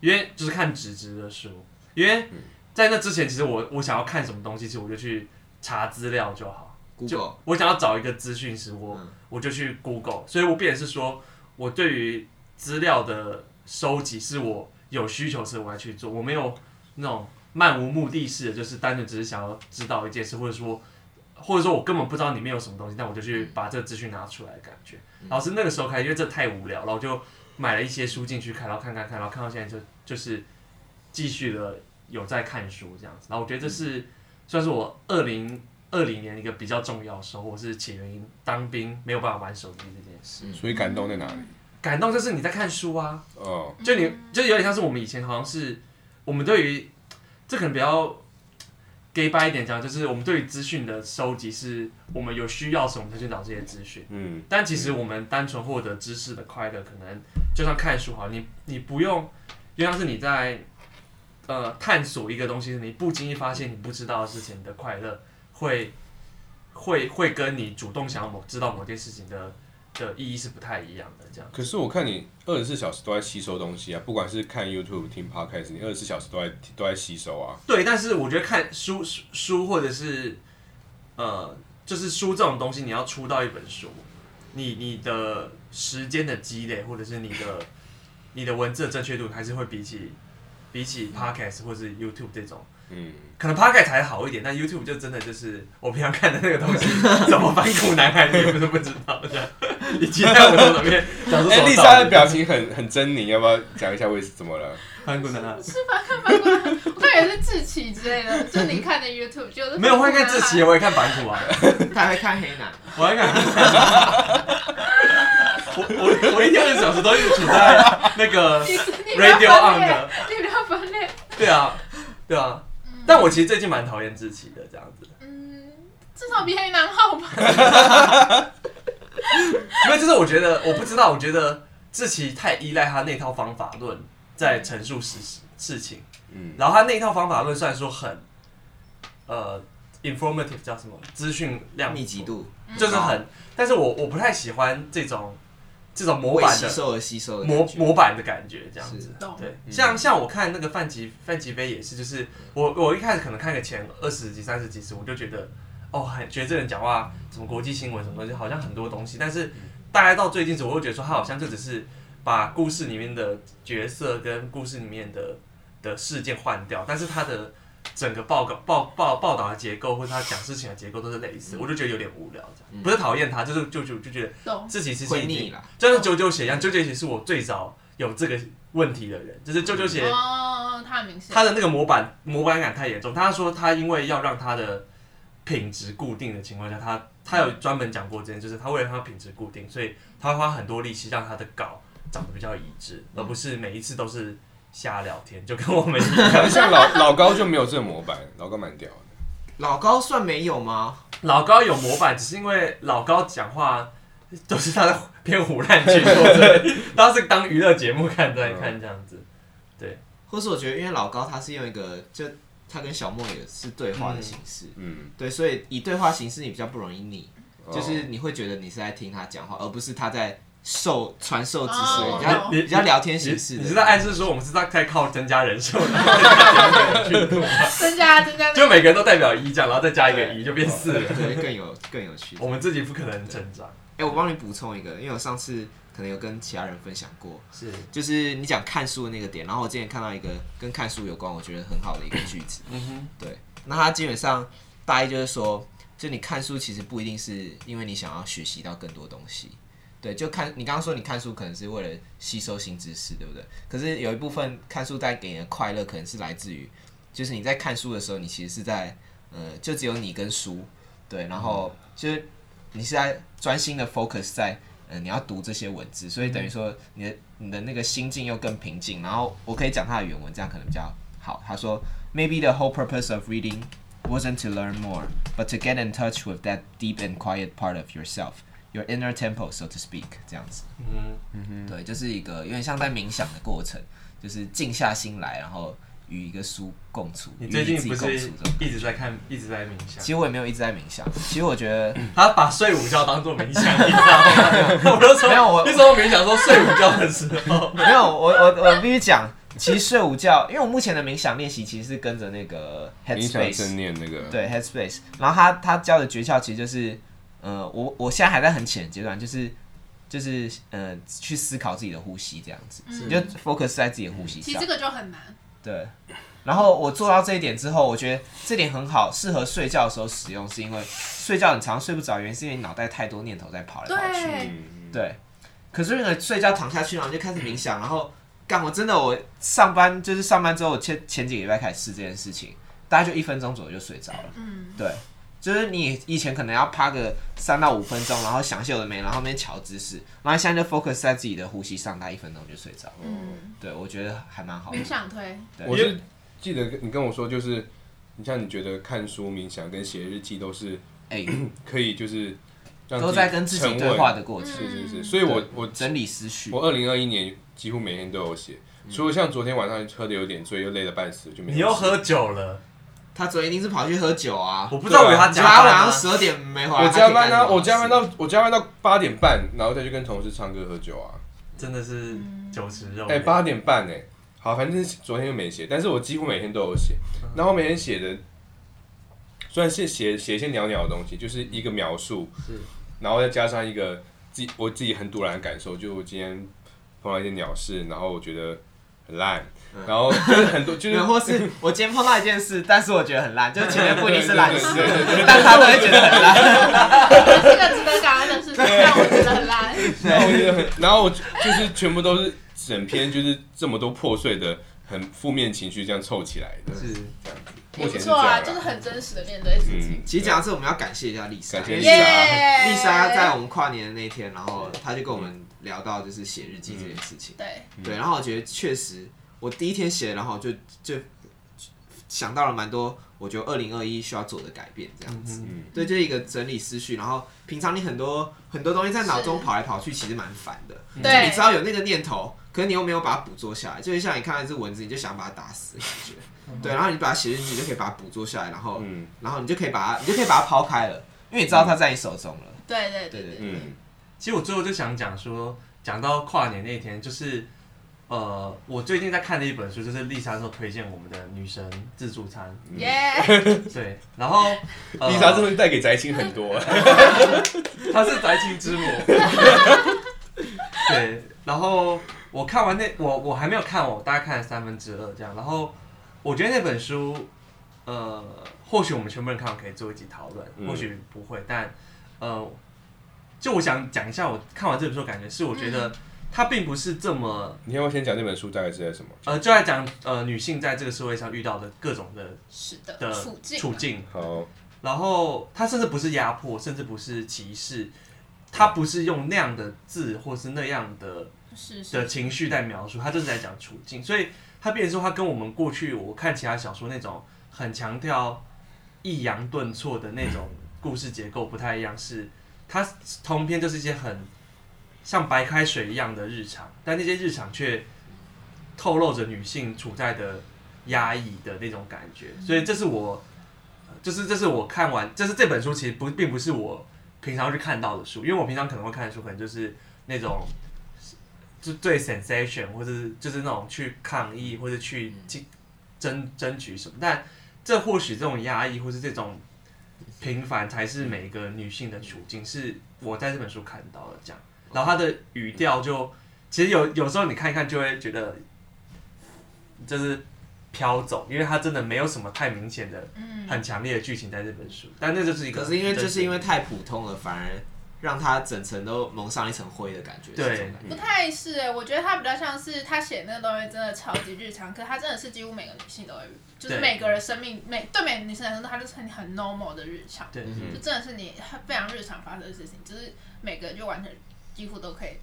S1: 因为就是看纸质的书，因为在那之前其实我我想要看什么东西，其实我就去查资料就好。
S5: Google
S1: 就我想要找一个资讯时，我、
S5: 嗯
S1: 我就去 Google，所以我变成是说，我对于资料的收集是我有需求时我才去做，我没有那种漫无目的式的，就是单纯只是想要知道一件事，或者说或者说我根本不知道里面有什么东西，但我就去把这个资讯拿出来的感觉。
S5: 嗯
S1: 然后是那个时候开始，因为这太无聊，然后就买了一些书进去看，然后看看看，然后看到现在就就是
S5: 嗯
S1: 继续了有在看书这样子。然后我觉得这是算是我二零二零年一个比较重要的收获是起源于当兵没有办法玩手机这件事。
S3: 所以感动在哪里？
S1: 感动就是你在看书啊，
S3: 哦，
S1: 就你就有点像是我们以前好像是我们对于这可能比较 gay 掰一点讲，就是我们对于资讯的收集是我们有需要时我们才去找这些资讯。
S3: 嗯，
S1: 但其实我们单纯获得知识的快乐，可能就像看书好了，你你不用，就像是你在呃探索一个东西，你不经意发现你不知道的事情，你的快乐会会会跟你主动想要某知道某件事情的的意义是不太一样的。这样，
S3: 可是我看你二十四小时都在吸收东西啊，不管是看 YouTube、听 Podcast，你二十四小时都在都在吸收啊。
S1: 对，但是我觉得看书书书或者是呃，就是书这种东西，你要出到一本书，你你的时间的积累，或者是你的 你的文字的正确度，还是会比起比起 podcast 或是 YouTube 这种，
S3: 嗯，
S1: 可能 podcast 还好一点，但 YouTube 就真的就是我平常看的那个东 西，怎么翻苦难还是不是不知道的。你期待我从哪边讲出
S3: 哎，
S1: 什
S3: 丽
S1: 么
S3: 莎
S1: 道
S3: 的
S1: 理？
S3: 表情很很狰狞，要不要讲一下为怎么了？
S1: 翻滚难啊！
S2: 我看也是志奇之类的，就你看的 YouTube 就是
S1: 没有，我会看志奇，
S2: 啊，
S1: 我也看版主啊。
S5: 他还会看黑男，
S1: 我还敢。我我我一天二十小时都一直处在那个
S2: 你 你不要
S1: radio
S2: 分
S1: on
S2: 裂，
S1: 的，
S2: 你不要分裂。
S1: 对啊，对啊。但我其实最近蛮讨厌志奇的这样子，
S2: 嗯，至少比黑男好吧？
S1: 因为就是我觉得我不知道，我觉得志奇太依赖他那套方法论在陈述事实事情，
S3: 嗯，
S1: 然后他那套方法论虽然说很呃 informative 叫什么资讯量
S4: 密集度
S1: 就是很，但是我我不太喜欢这种这种模
S4: 为
S1: 板
S4: 吸
S1: 的
S4: 收而吸收的
S1: 模
S4: 感觉
S1: 模板的感觉，这样
S4: 是
S1: 子。
S2: 懂
S1: 对，
S3: 嗯
S1: 像像我看那个范吉范吉飞也是，就是我我一开始可能看个前二十集、三十集时，我就觉得哦，很觉得这人讲话什么国际新闻什么东西，好像很多东西，但是大概到最近时，我会觉得说他好像就只是把故事里面的角色跟故事里面的的事件换掉，但是他的整个报告报报报道的结构或者他讲事情的结构都是类似，我就觉得有点无聊，这样不是讨厌他，就是就就就觉得
S2: 懂。
S1: 自己其实
S5: 会
S1: 已经
S5: 腻啦。
S1: 就像九九鞋一样，九九鞋是我最早有这个问题的人，就是九九鞋
S2: 哦，他很明显
S1: 他的那个模板模板感太严重。他说他因为要让他的品质固定的情况下，他他有专门讲过这件事，就是他为了让他品质固定，所以他花很多力气让他的稿长得比较一致，而不是每一次都是瞎聊天，就跟我们一样。
S3: 可是像老老高就没有这个模板，老高蛮屌的。
S5: 老高算没有吗？
S1: 老高有模板，只是因为老高讲话都是他的 偏胡乱去说，所以他是当娱乐节目看在看这样子。
S5: 或是我觉得，因为老高他是用一个就他跟小莫也是对话的形式，
S3: 嗯，
S5: 对，所以以对话形式你比较不容易腻，
S3: 哦
S5: 就是你会觉得你是在听他讲话，而不是他在授传授知识，
S2: 哦
S5: 比较
S1: 你
S5: 比较聊天形式
S1: 你
S5: 的。
S1: 你是在暗示说我们是在在靠增加人数，
S2: 增加增加那
S1: 就
S2: 个
S1: 每个人都代表一这样，然后再加一个一就变四了。
S5: 对，更有更有趣。
S1: 我们自己不可能成长，
S5: 哎、我帮你补充一个，因为我上次可能有跟其他人分享过，
S1: 是
S5: 就是你讲看书的那个点，然后我之前看到一个跟看书有关，我觉得很好的一个句子。
S1: 嗯哼，
S5: 对，那它基本上大意就是说，就你看书其实不一定是因为你想要学习到更多东西，对，就看你刚刚说你看书可能是为了吸收新知识，对不对？可是有一部分看书带给你的快乐，可能是来自于，就是你在看书的时候，你其实是在，呃，就只有你跟书，对，然后就是你是在专心的 focus 在。呃，你要读这些文字，所以等于说你的你的那个心境又更平静。然后我可以讲他的原文，这样可能比较好。他说，Maybe the whole purpose of reading wasn't to learn more, but to get in touch with that deep and quiet part of yourself, your inner temple, so to speak。这样子，
S1: 嗯
S5: 对，就是一个有点像在冥想的过程，就是静下心来，然后与一个书共处，
S1: 你
S5: 与
S1: 最
S5: 你
S1: 近
S5: 自己
S1: 不
S5: 共处
S1: 是
S5: 这种。
S1: 一直在看，一直在冥
S5: 其
S1: 想，
S5: 实我也没有一直在冥想，其实我觉 得
S1: 他把睡午觉当做冥想，你知道吗？我都说
S5: 没有我
S1: 那时候冥想说睡午觉的时 候，
S5: 没有，我我我必须讲，其实睡午觉，因为我目前的冥想练习其实是跟着那个
S3: 冥想
S5: Headspace，
S3: 正念那个，
S5: 对 Headspace，然后他他教的诀窍其实就是，呃，我我现在还在很浅的阶段，就是就是呃去思考自己的呼吸这样子，
S2: 嗯
S5: 你就 focus 在自己的呼吸
S2: 其实
S5: 上
S2: 这，个就很难，
S5: 对。然后我做到这一点之后，我觉得这点很好，适合睡觉的时候使用，是因为睡觉你常常睡不着，原因是因为你脑袋太多念头在跑来跑去。
S2: 对，
S3: 嗯，
S5: 对，可是那个睡觉躺下去，然后就开始冥想，然后干，我真的我上班就是上班之后，我前前几个礼拜开始试这件事情，大概就一分钟左右就睡着了。
S2: 嗯，
S5: 对，就是你以前可能要趴个三到五分钟，然后想些有的没，然后面瞧姿势，然后现在就 focus 在自己的呼吸上，大概一分钟就睡着了。
S3: 哦
S2: 嗯，
S5: 对，我觉得还蛮
S1: 哦
S5: 好的
S2: 冥。想推，
S5: 对
S3: 嗯我是记得你跟我说，就是你像你觉得看书、冥想跟写日记都是
S5: 哎，
S3: 可以，就是让
S5: 都在跟自己对话的过程
S3: 沉，稳。是是是，所以我我
S5: 整理思绪。
S3: 嗯我二零二一年几乎每天都有写，
S5: 嗯
S3: 除了像昨天晚上喝的有点醉，又累得半死，就没有
S1: 你又
S3: 写
S1: 喝酒了，
S5: 他昨天一定是跑去喝酒啊，
S1: 我不知道我以为他
S5: 只
S1: 加
S5: 要
S1: 班
S5: 晚上
S1: 啊。
S5: 十二点没回来，
S3: 我
S5: 他可以
S3: 加班
S5: 干什
S3: 啊，
S5: 么
S3: 我加班
S5: 事
S3: 到我加班到八点半，然后再去跟同事唱歌喝酒啊。
S1: 真的是酒池肉
S3: 哎、
S1: 林。
S3: 八点半哎、好，反正昨天又没写，但是我几乎每天都有写，然后每天写的，虽然是写写一些袅袅的东西，就是一个描述，然后再加上一个自己我自己很突然的感受，就是我今天碰到一件鸟事，然后我觉得很烂，然后就是很多就是
S5: 对，或是我今天碰到一件事，但是我觉得很烂，就是前面不一定 是烂事
S3: 对对对对，
S5: 但他都会觉得很烂。
S2: 这个值得感恩的事 情让我觉得很烂。
S3: 然后我就很，然后我就就是全部都是整篇就是这么多破碎的很负面情绪这样凑起来的，
S5: 嗯
S1: 是
S3: 这样子。目
S2: 也不
S3: 前是这
S2: 错
S3: 样
S2: 啊，
S3: 啦
S2: 就是很真实的面对自己。
S3: 嗯，
S5: 其实讲到这，我们要感谢一下丽莎，
S3: 感谢
S5: 因为
S3: 丽莎
S5: 丽莎在我们跨年的那一天，然后她就跟我们聊到就是写日记这件事情。
S2: 对，
S3: 嗯
S5: 对，然后我觉得确实，我第一天写，然后就就想到了蛮多，我觉得二零二一需要做的改变这样子。
S3: 嗯
S5: 对，就是一个整理思绪，然后平常你很多很多东西在脑中
S2: 是
S5: 跑来跑去，其实蛮烦的。
S3: 嗯
S2: 对
S5: 就你知道有那个念头，可是你又没有把它捕捉下来，就是像你看到一只蚊子，你就想把它打死的感觉。对，然后你把它写日记，你就可以把它捕捉下来，然后
S3: 嗯
S5: 然后你就可以把它，你就可以把它抛开了，因为你知道它在你手中了。
S2: 对
S5: 对
S2: 对对
S5: 对
S2: 对
S5: 对
S2: 对，
S3: 嗯
S1: 其实我最后就想讲说，讲到跨年那天，就是呃，我最近在看的一本书，就是丽莎说推荐我们的《女神自助餐
S2: 耶！》，
S1: 对，然后呃
S3: 丽莎真
S1: 是
S3: 的带给宅青很多，
S1: 她是宅青之母，对，然后我看完那我我还没有看，我大概看了三分之二这样，然后我觉得那本书，呃，或许我们全部人看完可以做一集讨
S3: 嗯
S1: 论，或许不会，但呃，就我想讲一下我看完这本书的感觉，是我觉得它并不是这么。
S3: 你要不要先讲这本书大概是在什么？
S1: 呃，就在讲呃女性在这个社会上遇到的各种的
S2: 是的，
S1: 的
S2: 处境啊
S1: 处境，
S3: 好，
S1: 然后它甚至不是压迫，甚至不是歧视，它不是用那样的字或是那样的
S2: 是是
S1: 的情绪在描述，它就是在讲处境，所以它变成说它跟我们过去我看其他小说那种很强调抑扬顿挫的那种故事结构不太一样，是它通篇就是一些很像白开水一样的日常，但那些日常却透露着女性处在的压抑的那种感觉，所以这是我，就是这是我看完，就是这本书其实不并不是我平常会去看到的书，因为我平常可能会看的书可能就是那种。就对 sensation 或者是就是那种去抗议或者去
S5: 嗯
S1: 去争争取什么，但这或许这种压抑或是这种平凡才是
S5: 嗯
S1: 每个女性的处境，是我在这本书看到的这样。然后他的语调就其实有有时候你看一看就会觉得就是飘走，因为他真的没有什么太明显的、
S2: 嗯
S1: 很强烈的剧情在这本书，但那就是一个
S5: 可
S1: 真实的。
S5: 是因为就是因为太普通了，反而让它整层都蒙上一层灰的感觉。
S1: 对
S5: 是这种感觉
S2: 不
S3: 嗯
S2: 太是欸，我觉得他比较像是他写那个东西真的超级日常，可他真的是几乎每个女性都会遇，就是
S1: 对
S2: 每个人生命每对每个女生来说，他就是很很 normal 的日常，
S1: 对
S5: 嗯
S2: 就真的是你非常日常发生的事情，就是每个人就完全几乎都可以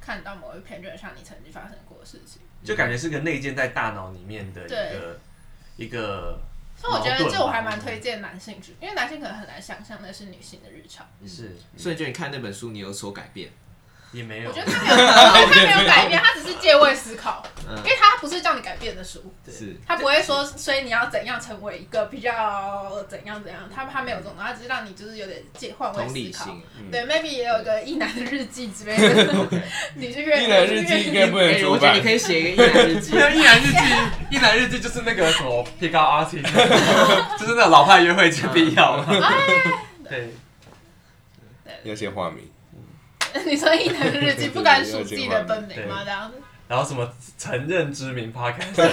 S2: 看到某一篇，就很像你曾经发生过的事情。
S1: 就感觉是个内建在大脑里面的一个
S2: 对
S1: 一个
S2: 所以我觉
S1: 矛
S2: 得
S1: 盾
S2: 这我还
S1: 吧
S2: 蛮推荐男性去，因为男性可能很难想象那是女性的日常。
S5: 嗯
S1: 是
S5: 所以就你看那本书，你有所改变。
S1: 也没有
S2: 我觉得他没有，他没有改变，他只是借位思考，
S5: 嗯
S2: 因为他不是叫你改变的书。
S5: 是
S2: 他不会说，所以你要怎样成为一个比较呃怎样怎样，他他没有这种，他只是让你就是有点借换
S5: 同
S2: 位
S5: 理
S2: 思考
S5: 心。，
S2: 对，maybe 也有个一男的日记之类的，你是愿
S3: 一男日记应该不能
S5: 哎，我
S3: 出
S5: 觉得
S3: 版
S5: 你，可以写一个一男 日记
S1: 没。有一男日记，一男日记就是那个什么 pick up artist，就是 那老派约会之必 要嘛。对，
S3: 要先化名，
S2: 你说一男的日记不敢数自己的本名吗？
S1: 对
S2: 这样子，
S1: 然后什么承认知名 podcast，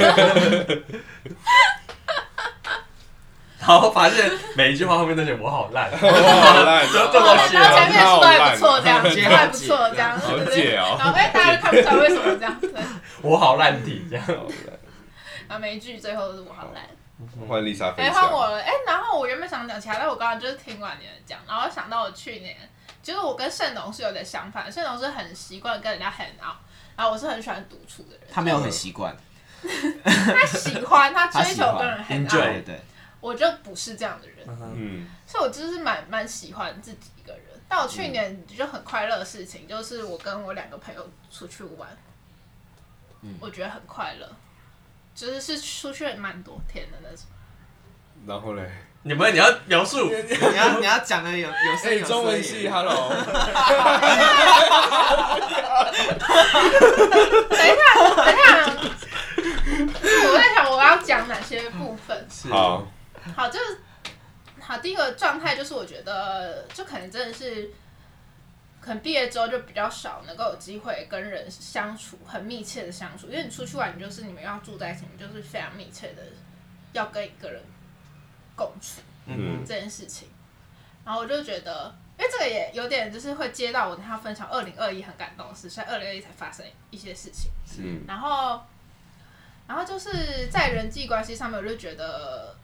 S1: 然后发现每一句话后面都写我好烂，
S3: 好烂
S1: 就这么写
S2: 然哦后前面
S1: 啊。
S2: 说还不错，这样
S5: 好
S2: 还不错，这样，
S3: 好
S2: 对对
S3: 解
S2: 对。
S3: 哦
S2: 然后哎，大家都看不出来为 什么这样，对，啊
S1: 我好烂体这样。
S3: 好烂
S2: 然后每一句最后都是我好烂，
S3: 换丽莎分
S2: 哎，
S3: 享。
S2: 换我了。哎、然后我原本想讲其他，但我刚刚就是听完你的讲，然后想到我去年，其实我跟盛龙是有点相反，盛龙是很习惯跟人家 hang out，然后我是很喜欢独处的人。
S4: 他没有很习
S2: 啊
S4: 惯，
S2: 他喜欢， 他追求跟
S4: 他
S2: 人 hang
S1: 喜欢
S4: 对
S1: 对
S2: out，
S4: 对，
S2: 我就不是这样的人，
S3: 嗯，
S2: 所以我就是蛮蛮喜欢自己一个人。但我去年就很快乐的事情，就是我跟我两个朋友出去玩，我觉得很快乐，就是是出去了蛮多天的那种。
S3: 然后嘞，
S1: 你们你要描述，
S5: 你要你要讲的有有声
S3: 哎，
S5: 有
S3: 中文
S5: 色
S3: 系
S5: 耶
S3: ，Hello，
S2: 等一下，等一下，我在想我要讲哪些部分。
S1: 是
S3: 好，
S2: 好，就是好，第一个状态就是我觉得，就可能真的是，可能毕业之后就比较少能够有机会跟人相处，很密切的相处，因为你出去玩，你就是你们要住在一起，你就是非常密切的要跟一个人共处
S3: 嗯
S2: 这件事情。然后我就觉得，因为这个也有点就是会接到我跟他分享二零二一很感动的事，所以二零二一才发生一些事情。
S3: 嗯
S2: 然后，然后就是在人际关系上面，我就觉得，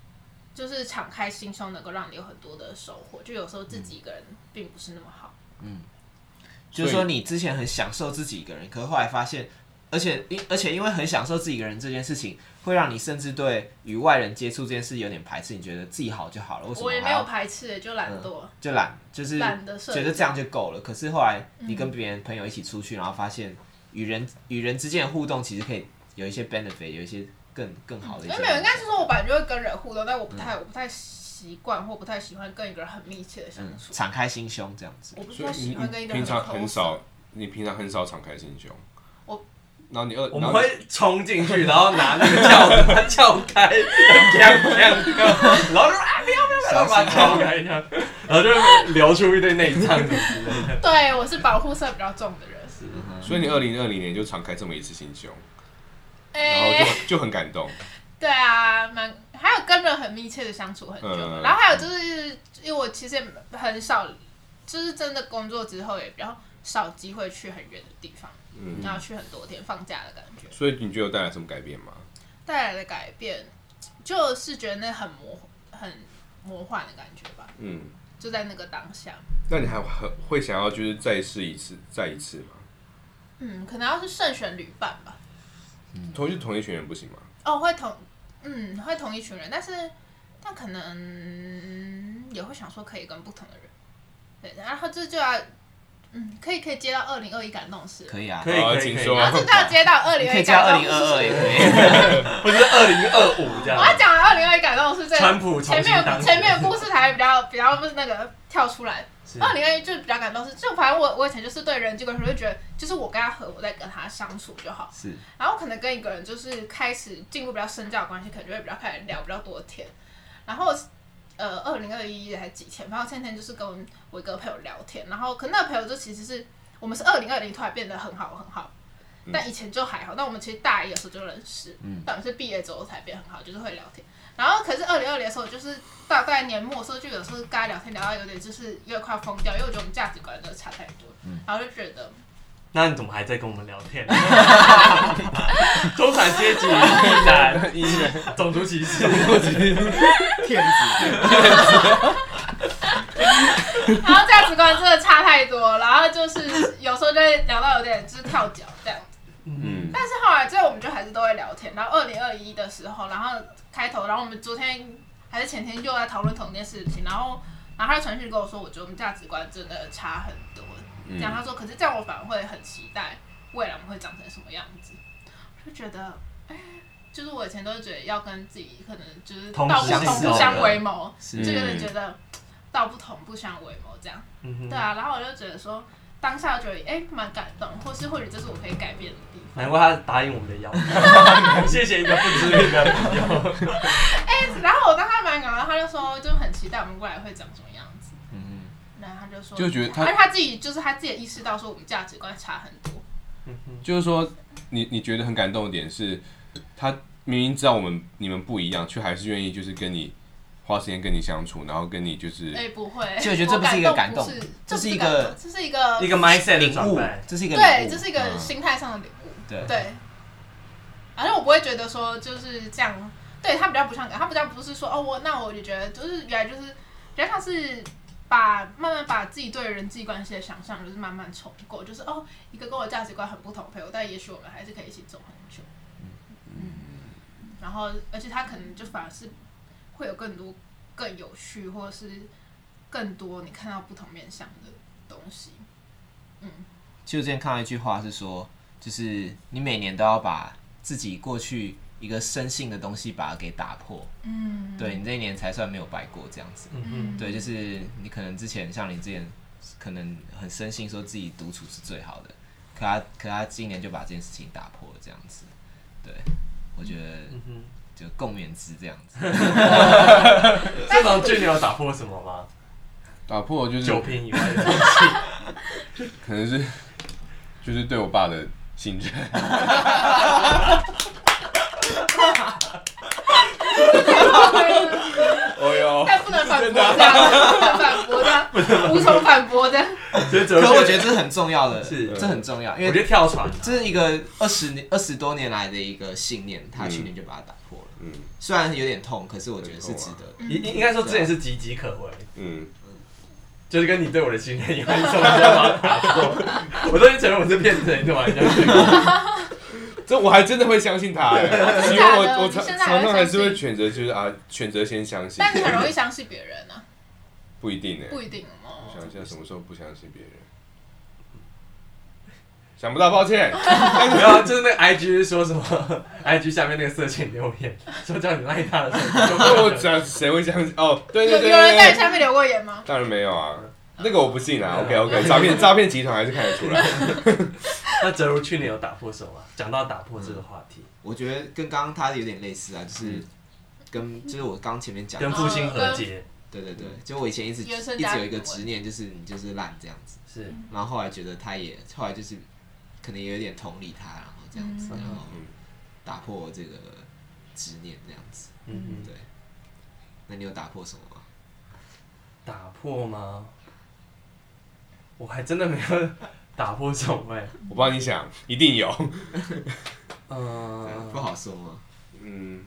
S2: 就是敞开心胸能够让你有很多的收获。就有时候自己一个人并不是那么好，
S4: 就是说你之前很享受自己一个人，可是后来发现，而且因而且因为很享受自己一个人这件事情，会让你甚至对与外人接触这件事有点排斥，你觉得自己好就
S3: 嗯
S4: 好了，为什么
S2: 我也没
S4: 还
S2: 有
S4: 要
S2: 排斥，就懒惰。
S4: 就懒，就是
S2: 懒得社交
S4: 觉得这样就够了。可是后来你跟别人朋友一起出去，然后发现与人与人之间的互动其实可以有一些 benefit，有一些更更好的一
S2: 因
S4: 些
S2: 为
S4: 东
S2: 没
S4: 西。
S2: 有，应该是说我本来就会跟人互动，但我不
S3: 嗯
S2: 太，我不太习惯或不太喜欢跟一个人很密切的相
S4: 嗯
S2: 处。
S4: 敞开心胸这样子。
S2: 我不是
S3: 所
S2: 说
S3: 以你
S2: 喜欢跟一
S3: 你
S2: 个人
S3: 平常很
S2: close
S3: 少，你平常很少敞开心胸。
S2: 我，
S3: 然后你二，
S1: 我
S3: 然
S1: 们
S3: 后
S1: 会冲进去，然后拿那个撬子把它撬开，这样这样，这样然后就啊不要不要不要，然后把它撬开这样，然后就会流出一堆内脏什么之类的。
S2: 对，我是保护色比较重的人。
S3: 所以你二零二零年就敞开这么一次心胸，然后
S2: 哎、
S3: 就就很感动。
S2: 对啊，蛮还有跟人很密切的相处很久了，
S3: 嗯
S2: 然后还有就是因为我其实也很少，就是真的工作之后也比较少机会去很远的地方，
S3: 嗯
S2: 然后去很多天放假的感觉，
S3: 所以你觉得有带来什么改变吗？
S2: 带来的改变就是觉得那很魔很魔幻的感觉吧，
S3: 嗯，
S2: 就在那个当下，
S3: 那你还很会想要就是再试一次，再一次吗？
S2: 嗯，可能要是慎选旅伴吧，
S1: 嗯
S3: 同就同一群人不行吗？
S2: 哦，会同嗯会同一群人，但是但可能也会想说可以跟不同的人，对，然后这就要嗯可以可以接到二零二一感动的事了，
S4: 可以啊，
S1: 可以
S3: 好
S1: 可以
S3: 请
S1: 可以，
S3: 说
S2: 然后这就要接到二
S4: 你
S2: 零
S4: 可
S2: 二一
S4: 以加
S2: 感
S4: 二
S2: 动
S4: 零
S2: 的
S4: 二二
S2: 事。
S4: 也可以。
S1: 或者是二零二五这
S2: 我要
S1: 样。
S2: 讲二零二一感动的事，这
S1: 川普重
S2: 前
S1: 新
S2: 面
S1: 当
S2: 前面的故事才比较比较不是那个跳出来。
S1: 是
S2: 二零二一就是比较感动的是，就反正我我以前就是对人际关系，我就觉得就是我跟他和我在跟他相处就好。
S4: 是，
S2: 然后可能跟一个人就是开始进入比较深交的关系，可能就会比较开始聊比较多天。然后呃，二零二一还几天，反正前天就是跟我一个朋友聊天，然后可能那个朋友就其实是我们是二零二零突然变得很好很好，但以前就还好，但我们其实大一的时候就认识，但我们是毕业之后才变很好，就是会聊天。然后可是二零二零的时候，就是大概年末的时候，就有时候跟他聊天聊到有点就是有点快要疯掉，因为我觉得我们价值观真的差太多，然后就觉得。
S1: 那你怎么还在跟我们聊 天？中产阶级依然依然种族歧视，
S5: 骗子，
S2: 然后价值观真的差太多，然后就是有时候就会聊到有点就是跳脚这样。
S3: 嗯，
S2: 但是后来最后我们就还是都会聊天。然后二零二一的时候，然后开头，然后我们昨天还是前天又在讨论同一件事情，然后然后他就传讯跟我说，我觉得我们价值观真的差很多。
S3: 嗯
S2: 这样他说，可是这样我反而会很期待未来我们会长成什么样子。我就觉得，哎，就是我以前都是觉得要跟自己可能就是道
S1: 同时
S2: 不同
S4: 相
S2: 不相
S4: 守
S2: 为谋，
S4: 是
S2: 就有点觉得道不同不相为谋这样。
S1: 嗯哼
S2: 对啊，然后我就觉得说，当下觉得哎蛮、感动，或是或许这是我可以改变的地方。
S1: 难怪他答应我们的邀 请，谢谢一个不知名的朋友。
S2: 然后我当他蛮感动，他就说就很期待我们未来会长什么样子。
S4: 嗯，
S2: 然后他就说，
S3: 就觉得他
S2: 而且他自己就是他自己也意识到说我们价值观差很多。
S3: 嗯就是说你你觉得很感动的点是，他明明知道我们你们不一样，却还是愿意就是跟你花时间跟你相处，然后跟你就是
S2: 哎、不会，
S4: 就我觉得这不是一个感动
S2: 我不是
S4: 这
S2: 这
S4: 是一
S2: 不
S4: 个
S2: 感动这是一个
S1: 一个 mindset 的
S4: 领
S1: 转
S4: 悟
S1: 变，，
S4: 这是一个
S2: 对，
S4: 领悟
S2: 这是一个
S3: 嗯
S2: 心态上的领悟。
S4: 对
S2: 对，反正我不会觉得说就是这样对他比较不像感，他比较不是说哦，我那我就觉得就是原来就是比较像是把慢慢把自己对人际关系的想象就是慢慢重构，就是哦，一个跟我价值观很不同的朋友，但也许我们还是可以一起走很久。嗯，然后而且他可能就反而是会有更多更有趣，或者是更多你看到不同面向的东西。
S5: 其实我之前看到一句话是说，就是你每年都要把自己过去一个生性的东西把它给打破，
S2: 嗯，
S5: 对你这一年才算没有白过这样子。
S1: 嗯
S5: 对， 就是你可能之前像你之前可能很深信说自己独处是最好的，可他可他今年就把这件事情打破了这样子。对，我觉得
S1: 嗯哼。
S5: 就共勉之这样 子。
S1: 这种剧你有打破什么吗？
S3: 打破就是
S1: 酒瓶以外的，
S3: 可能是 就是对我爸的信任，
S1: 哦哟，
S2: 但不能反驳这样，不能反驳这样，无从反驳的。
S1: 所以哲学，
S5: 可我觉得这很重要的，
S1: 是
S5: 这很重要，因
S1: 我觉
S5: 为
S1: 得跳船，
S5: 这是一个二十年二十多年来的一个信念，他去年就把它打破了。
S3: 嗯
S5: 虽然有点痛，可是我觉得是
S1: 啊
S5: 值得的。
S1: 应应该说之前是岌岌可危，
S3: 嗯，
S1: 就是跟你对我的信任以外，你怎么知道吗？我都已经承认我是骗子，你怎么还这样对我？
S3: 这我还真的会相 信他欸，
S2: 真的
S3: 希望
S2: 假的
S3: 我我
S2: 你
S3: 常
S2: 现在还
S3: 常
S2: 会
S3: 常还
S2: 相
S3: 是
S2: 信
S3: 会选择就是啊，选择先相信，
S2: 但你很容易相信别人啊，
S3: 不一定呢。欸
S2: 不一定哦。
S3: 想一下什么时候不相信别人，想不到，抱歉。
S1: 没有啊，就是那个 IG 是说什么 IG 下面那个色情留言，说叫你赖他的时候，
S3: 那我讲谁会相信？哦，对
S2: 有
S3: 对对
S2: 有人在
S3: 对
S2: 你
S3: 对，
S2: 下面留过言吗？
S3: 当然没有啊，那个我不信啊。OK OK，诈骗诈骗集团还是看得出来。
S1: 那哲如去年有打破什么啊？讲到打破这个话题，
S5: 我觉得跟刚刚他的有点类似啊，就是跟就是我刚前面讲
S1: 嗯
S5: 的
S1: 跟，父亲和解
S5: 对对对，就我以前一直
S2: 原生
S5: 一直
S2: 家庭
S5: 有一个
S2: 的问
S5: 执念，就是你就是烂这样子，
S1: 是
S5: 然后后来觉得他也后来就是可能也有点同理他，然后这样子，
S2: 嗯
S5: 然后
S3: 嗯
S5: 打破这个执念这样子。
S1: 嗯
S5: 对，那你有打破什么吗？
S1: 打破吗？我还真的没有 打破什么哎、
S3: 我帮你想，一定有。
S1: 嗯、
S5: 不好说吗？
S3: 嗯，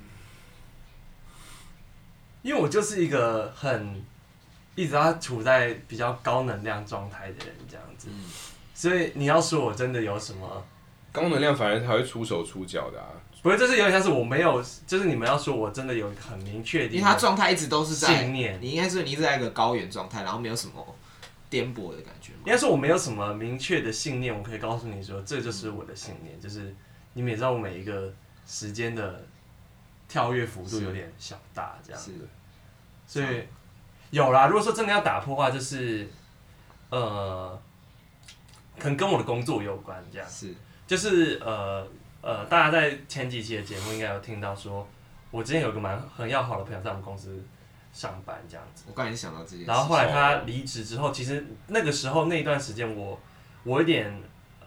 S1: 因为我就是一个很一直要处在比较高能量状态的人，这样子。
S5: 嗯
S1: 所以你要说我真的有什么，
S3: 高能量反而才会出手出脚的啊。
S1: 不是，就是有点像是我没有，就是你们要说我真的有一个很明确的，
S5: 因为他状态一直都是在
S1: 信念
S5: 你应该说你一直在一个高原状态，然后没有什么颠簸的感觉
S1: 应
S5: 吗？
S1: 该说我没有什么明确的信念，我可以告诉你说这就是我的信
S5: 嗯
S1: 念，就是你们也知道我每一个时间的跳跃幅度有点小大这样，
S5: 是，
S1: 所以有啦。如果说真的要打破的话，就是呃，可能跟我的工作有关这样。
S5: 是，
S1: 就是呃呃，大家在前几期的节目应该有听到说，我之前有个蛮很要好的朋友在我们公司上班这样子，
S5: 我刚才想到这件事情，
S1: 然后后来他离职之后，其实那个时候那一段时间我我有点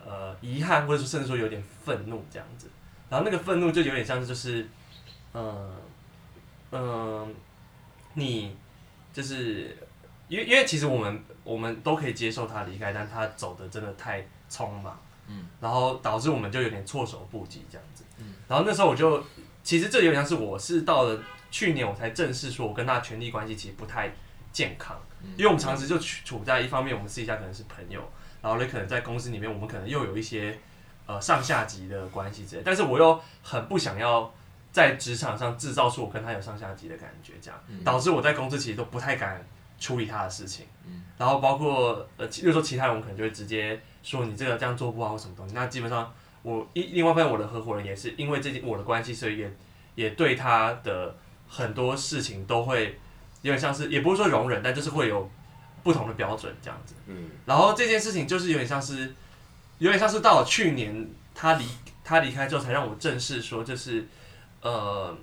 S1: 呃遗憾，或者说甚至说有点愤怒这样子，然后那个愤怒就有点像是就是呃呃，你就是因为因为其实我们我们都可以接受他离开，但他走的真的太匆忙，嗯，然后导致我们就有点措手不及这样子，嗯，然后那时候我就其实这有点像是我是到了去年我才正式说我跟他的权力关系其实不太健康，因为我们长时就处处在一方面我们私底下可能是朋友，然后呢可能在公司里面我们可能又有一些呃上下级的关系之类，但是我又很不想要。在职场上制造出我跟他有上下级的感觉，这样导致我在公司其实都不太敢处理他的事情。然后包括呃，其例如说其他人，我可能就会直接说你这个这样做不好或什么东西。那基本上我一另外一方面，我的合伙人也是因为这件我的关系，所以也也对他的很多事情都会有点像是，也不是说容忍，但就是会有不同的标准这样子。
S3: 嗯
S1: 然后这件事情就是有点像是，有点像是到了去年他离他离开之后，才让我正式说，就是呃，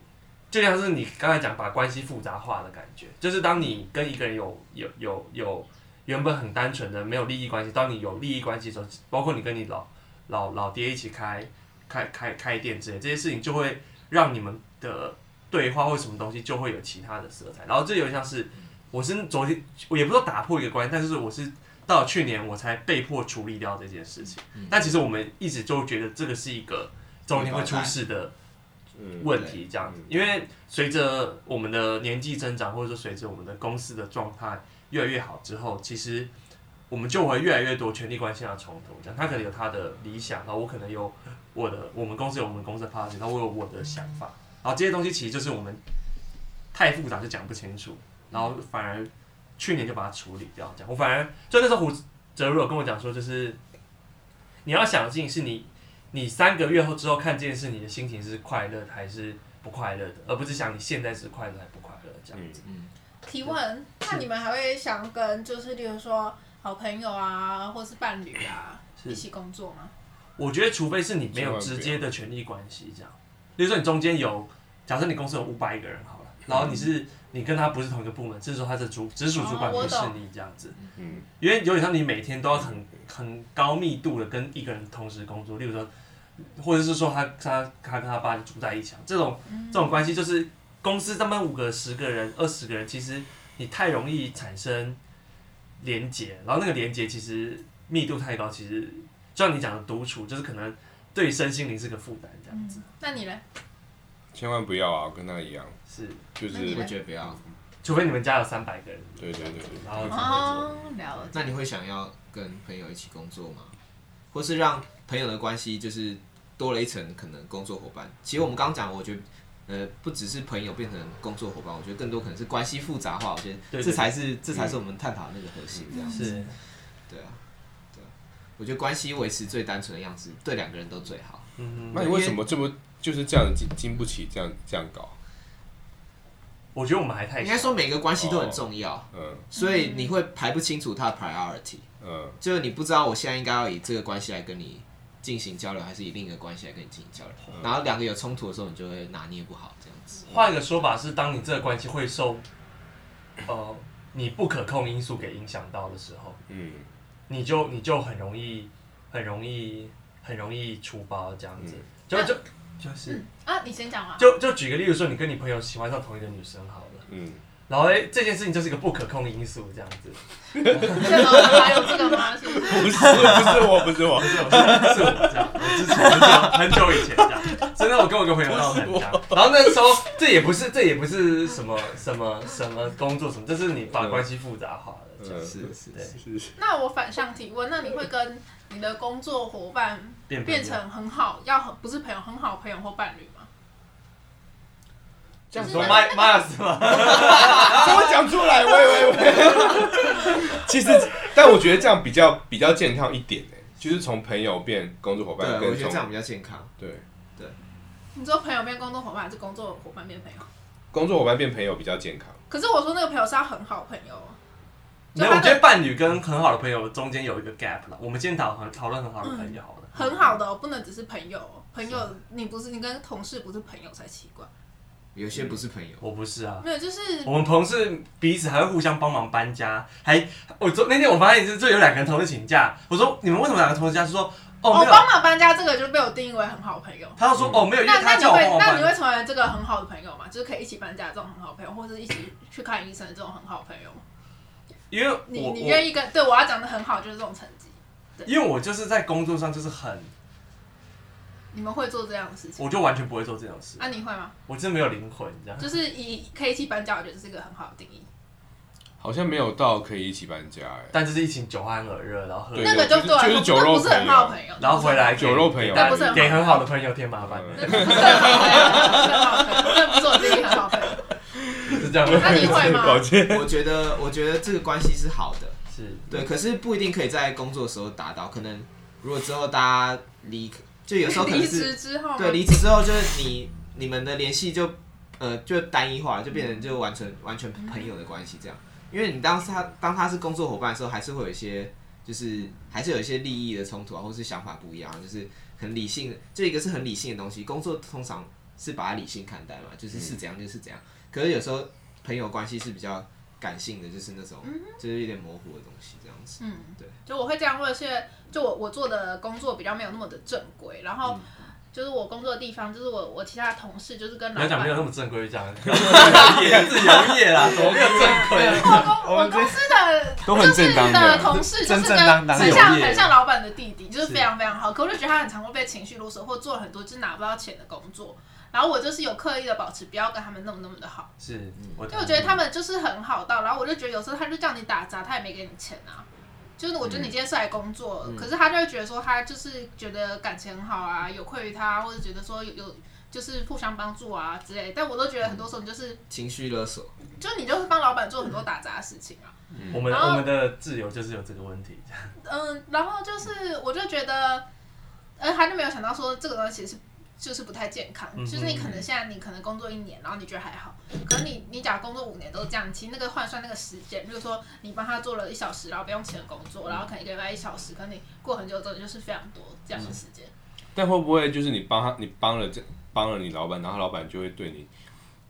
S1: 就像是你刚才讲把关系复杂化的感觉，就是当你跟一个人有有有有原本很单纯的没有利益关系，当你有利益关系的时候，包括你跟你老老老爹一起开开开开店之类这些事情，就会让你们的对话或什么东西就会有其他的色彩。然后这有点像是，我是昨天我也不知道打破一个关系，但是我是到去年我才被迫处理掉这件事情。但其实我们一直就觉得这个是一个中间会出事的
S3: 嗯
S1: 问题这样子。因为随着我们的年纪增长，或者说随着我们的公司的状态越来越好之后，其实我们就会越来越多权力关系上的冲突。这样，他可能有他的理想，然后我可能有我的，我们公司有我们公司的 policy，然后我有我的想法。然后这些东西其实就是我们太复杂就讲不清楚，然后反而去年就把它处理掉。这样，我反而就那时候胡哲如有跟我讲说，就是你要想尽是你你三个月后之后看这件事，你的心情是快乐的还是不快乐的，而不是想你现在是快乐还是不快乐这
S3: 嗯
S1: 样子。
S2: 提问，那你们还会想跟就是例如说好朋友啊，或是伴侣啊
S1: 是
S2: 一起工作吗？
S1: 我觉得除非是你没有直接的权利关系这样，比如说你中间有，假设你公司有五百个人好了，然后你是你跟他不是同一个部门，甚至说他的主直属主管
S2: 哦我
S1: 不是
S2: 懂
S1: 你这样子。
S3: 嗯
S1: 因为有点像你每天都要很很高密度的跟一个人同时工作，例如说，或者是说他他他跟他爸就住在一起啊，这种这种关系就是公司他们五个、十个人、二十个人，其实你太容易产生连结，然后那个连结其实密度太高，其实就像你讲的独处，就是可能对身心灵是个负担，这样子、
S2: 嗯，那你呢？
S3: 千万不要啊，跟他一样，
S1: 是，
S3: 就是
S2: 那你
S5: 我
S2: 呢
S5: 觉得不要。
S1: 除非你们家有三百个人，
S3: 对对对对，嗯
S1: 然后才会做
S2: 哦，了解。
S5: 那你会想要跟朋友一起工作吗？或是让朋友的关系就是多了一层可能工作伙伴？其实我们刚刚讲，我觉得。呃，不只是朋友变成工作伙伴，我觉得更多可能是关系复杂化。我觉
S1: 对
S5: 得
S1: 对嗯
S5: 这才是这才是我们探讨的那个核心。这样子，
S1: 是，
S5: 对啊，对啊。我觉得关系维持最单纯的样子，对两个人都最好。
S1: 嗯，
S3: 那你为什么这么就是这样经经不起这样这样搞？
S1: 我觉得我们还太
S5: 应该说每个关系都很重要，
S3: 嗯
S5: 所以你会排不清楚它的 priority，
S3: 嗯
S5: 就是你不知道我现在应该要以这个关系来跟你进行交流，还是以另一个关系来跟你进行交流。
S3: 嗯
S5: 然后两个有冲突的时候，你就会拿捏不好这样子。
S1: 换一个说法是，当你这个关系会受，呃，你不可控因素给影响到的时候，
S3: 嗯，
S1: 你就你就很容易，很容易，很容易出包这样子，就
S2: 那
S1: 就就是
S2: 嗯啊，你先讲完。
S1: 就就举个例子说，你跟你朋友喜欢上同一个女生好了，
S3: 嗯，
S1: 然后哎、这件事情就是一个不可控因素这样子，
S2: 这个还有这个吗？是不是？
S3: 不是不是我不是我，
S1: 是我是我这样，我之前很久很久以前这样，真的我跟我一个朋友闹得很僵，然后那时候这也不是这也不是什么什么什么工作什么，这是你把关系复杂化了这样
S3: 嗯
S1: 子，
S5: 是是
S1: 对
S3: 是是
S2: 那我反向提问，那你会跟你的工作伙伴
S1: 变
S2: 变
S1: 成。
S2: 成很好，要很不是朋友，很好朋友或伴侣吗？
S1: 这
S2: 样
S1: 样
S2: 说
S1: 说马马尔斯 吗？
S3: 跟我讲出 来，喂喂喂。其实，但我觉得这样比较比较健康一点呢，就是从朋友变工作伙
S5: 对
S3: 伴，，
S5: 我
S3: 跟
S5: 觉得
S3: 从
S5: 这样比较健康。
S3: 对
S2: 你说朋友变工作伙伴，还是工作伙伴变朋友？
S3: 工作伙伴变朋友比较健康。
S2: 可是我说那个朋友是要很好朋友哦，
S1: 没有，我觉得伴侣跟很好的朋友中间有一个 gap 了。我们今天讨论讨论嗯很好的朋友好了，
S2: 很好的哦，不能只是朋友哦。朋友，你不是你跟同事不是朋友才奇怪。
S5: 有些不是朋友，
S1: 我不是啊。
S2: 没有，就是
S1: 我们同事彼此还会互相帮忙搬家，还我昨那天我发现是就有两个人同时请假，我说你们为什么两个同时请假？他说哦
S2: 哦
S1: 没，有，
S2: 帮忙搬家这个就被我定义为很好朋友。
S1: 他就说哦没有，因
S2: 那
S1: 为
S2: 那
S1: 他
S2: 你
S1: 叫我帮
S2: 会
S1: 忙
S2: 那你
S1: 搬。
S2: 会成为这个很好的朋友吗？就是可以一起搬家的这种很好的朋友，或者一起去看医生的这种很好的朋友吗？
S1: 因为
S2: 你
S1: 我
S2: 你
S1: 我
S2: 愿意跟对我要讲的很好，就是这种成绩。
S1: 因为我就是在工作上就是很，
S2: 你们会做这样的事情？
S1: 我就完全不会做这种事，
S2: 那、你会吗？
S1: 我真的没有灵魂这样。
S2: 就是以可以一起搬家，我觉得这是一个很好的定义。
S3: 好像没有到可以一起搬家哎，
S1: 但就是疫情酒酣耳热，然后喝
S3: 对
S2: 那个就对我来
S3: 就
S2: 说
S3: 是酒肉
S2: 那不是很好的朋友，
S1: 然后回来
S3: 酒肉朋友嗯
S1: 给
S2: 不是很好
S1: 给很好的朋友添麻烦，
S2: 那不是很好的朋友，那不是我定义很好的朋友。
S1: 是这样吗？
S2: 那你会吗
S3: 抱歉，
S5: 我觉得我觉得这个关系是好的，
S1: 是
S5: 对，可是不一定可以在工作的时候达到。可能如果之后大家离，就有时候可能
S2: 离
S5: 是
S2: 职之后吗，
S5: 对，离职之后就是你你们的联系就呃就单一化，就变成就完全完全朋友的关系这样。因为你当时他当他是工作伙伴的时候，还是会有一些就是还是有一些利益的冲突啊，或是想法不一样啊，就是很理性的，这一个是很理性的东西。工作通常是把它理性看待嘛，就是是怎样就是怎样。可是有时候朋友关系是比较感性的，就是那种就是有点模糊的东西这样子。
S2: 嗯，
S5: 对
S2: 就我会这样问是，就我我做的工作比较没有那么的正规，然后就是我工作的地方，就是我我其他的同事，就是跟
S1: 你
S2: 老
S1: 要
S2: 板
S1: 讲没 有那么正规这样，自由业啦，怎么没有正规？
S2: 我公我公司的
S3: 都很正当的
S2: 的同事就是
S4: 正正
S2: 跟
S4: 当当
S2: 很
S1: 自由
S2: 像
S1: 业
S2: 很像老板的弟弟，就是
S1: 是
S2: 非常非常好。可我就觉得他很常会被情绪勒索，或做了很多就是拿不到钱的工作。然后我就是有刻意的保持不要跟他们那么那么的好，
S1: 是，我
S2: 因为我觉得他们就是很好到，然后我就觉得有时候他就叫你打杂，他也没给你钱啊。就是我觉得你今天是来工作，可是他就会觉得说他就是觉得感情很好啊，有愧于他，或者觉得说有有就是互相帮助啊之类。但我都觉得很多时候你就是
S5: 情绪勒索，
S2: 就你就是帮老板做很多打杂的事情啊。
S1: 嗯我们
S2: 然后
S1: 我们的自由就是有这个问题，
S2: 嗯，然后就是我就觉得，呃，还是没有想到说这个东西其实是就是不太健康，
S1: 嗯
S2: 就是你可能现在你可能工作一年，然后你觉得还好，可是你你假如工作五年都是这样，其实那个换算那个时间，比如说你帮他做了一小时，然后不用钱的工作，然后可能一个礼拜一小时，可能你过很久之后就是非常多这样的时间。
S3: 但会不会就是你帮他，你帮了这帮了你老板，然后老板就会对你，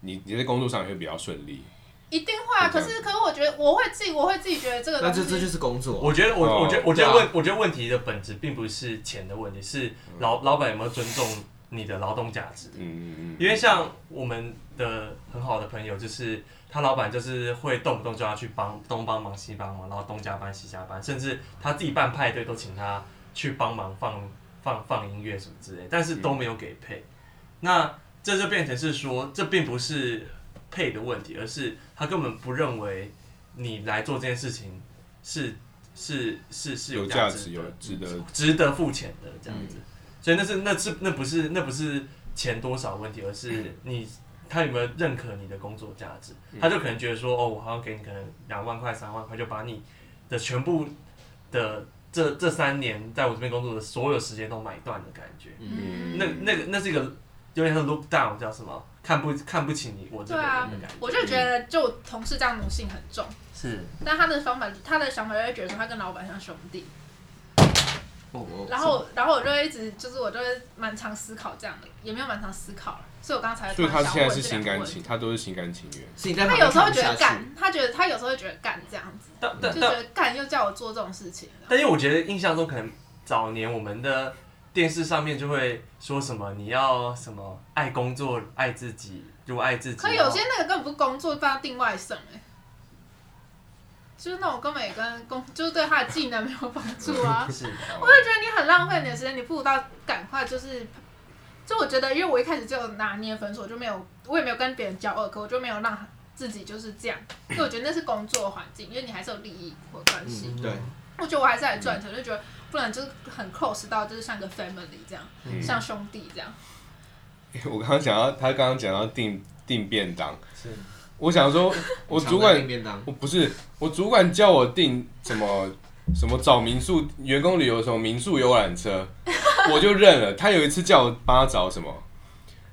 S3: 你你在工作上也会比较顺利。
S2: 一定会啊，可是可是我觉得我会自己我会自己觉得这个
S5: 那
S2: 东
S5: 这
S2: 西
S5: 这就是工作。啊
S1: 我觉得我
S3: 哦
S1: 我觉得我觉
S5: 对
S1: 得
S5: 啊
S1: 问我觉得问题的本质并不是钱的问题，是老老板有没有尊重你的劳动价值。
S3: 嗯嗯嗯。
S1: 因为像我们的很好的朋友，就是他老板就是会动不动就要去帮东帮忙西帮忙，然后东加班西加班，甚至他自己办派对都请他去帮忙放放放音乐什么之类，但是都没有给配。那这就变成是说，这并不是配的问题，而是他根本不认为你来做这件事情是是是是
S3: 有
S1: 价
S3: 价
S1: 值
S3: 值，
S1: 的
S3: 有值得嗯
S1: 值得付钱的这样子。所以那是那是那不是那不是钱多少问题，而是你他有没有认可你的工作价值，他就可能觉得说哦，我好像给你可能两万块、三万块，就把你的全部的这这三年在我这边工作的所有时间都买断的感觉。
S2: 嗯
S1: 那那个那是一个有点像 look down 叫什么？看不看不起你我这个
S2: 对啊
S1: 人的感觉。
S2: 我就觉得就我同事这样奴性很重，
S1: 是
S2: 但他的方法他的想法就会觉得说他跟老板像兄弟。
S5: 我哦我
S2: 然后，然后我就会一直就是我就会蛮常思考这样的，也没有蛮常思考了，所以我刚才
S3: 嗯所以
S2: 突然
S3: 他
S2: 想
S3: 现在
S2: 问
S3: 是
S2: 这
S3: 心
S2: 两
S3: 甘
S2: 个
S3: 情，
S2: 问题
S3: 他都是心甘情愿。
S5: 是你在
S2: 他
S5: 旁边
S2: 有时候
S5: 看
S2: 觉
S5: 不下
S2: 得
S5: 去，
S2: 干，他觉得他有时候会觉得干这样子，
S1: 但但
S2: 就觉
S1: 但
S2: 得干又叫我做这种事情，
S1: 但因为我觉得印象中可能早年我们的电视上面就会说什么你要什么爱工作爱自己，如果爱自己，
S2: 可有些那个根本不是工作，帮他定外送哎、就是那种根本也跟工，就是对他的技能没有帮助啊
S1: 然后。哦是
S2: 我就觉得你很浪费你的时间，你不如到赶快就是，就我觉得，因为我一开始就有拿捏分数，我就没有，我也没有跟别人交恶，可我就没有让自己就是这样，因为我觉得那是工作环境，因为你还是有利益或关系。
S5: 嗯对，
S2: 我觉得我还是来
S3: 嗯
S2: 赚钱，我就觉得不然就是很 close 到就是像个 family 这样，
S3: 嗯
S2: 像兄弟这 样。
S3: 我刚刚讲到，他刚刚讲到订订便当，
S1: 是
S3: 我想说，我主
S5: 常在
S3: 管
S5: 订便当，
S3: 我不是，我主管叫我订什么什么找民宿员工旅游什么民宿游览车，我就认了。他有一次叫我帮他找什么，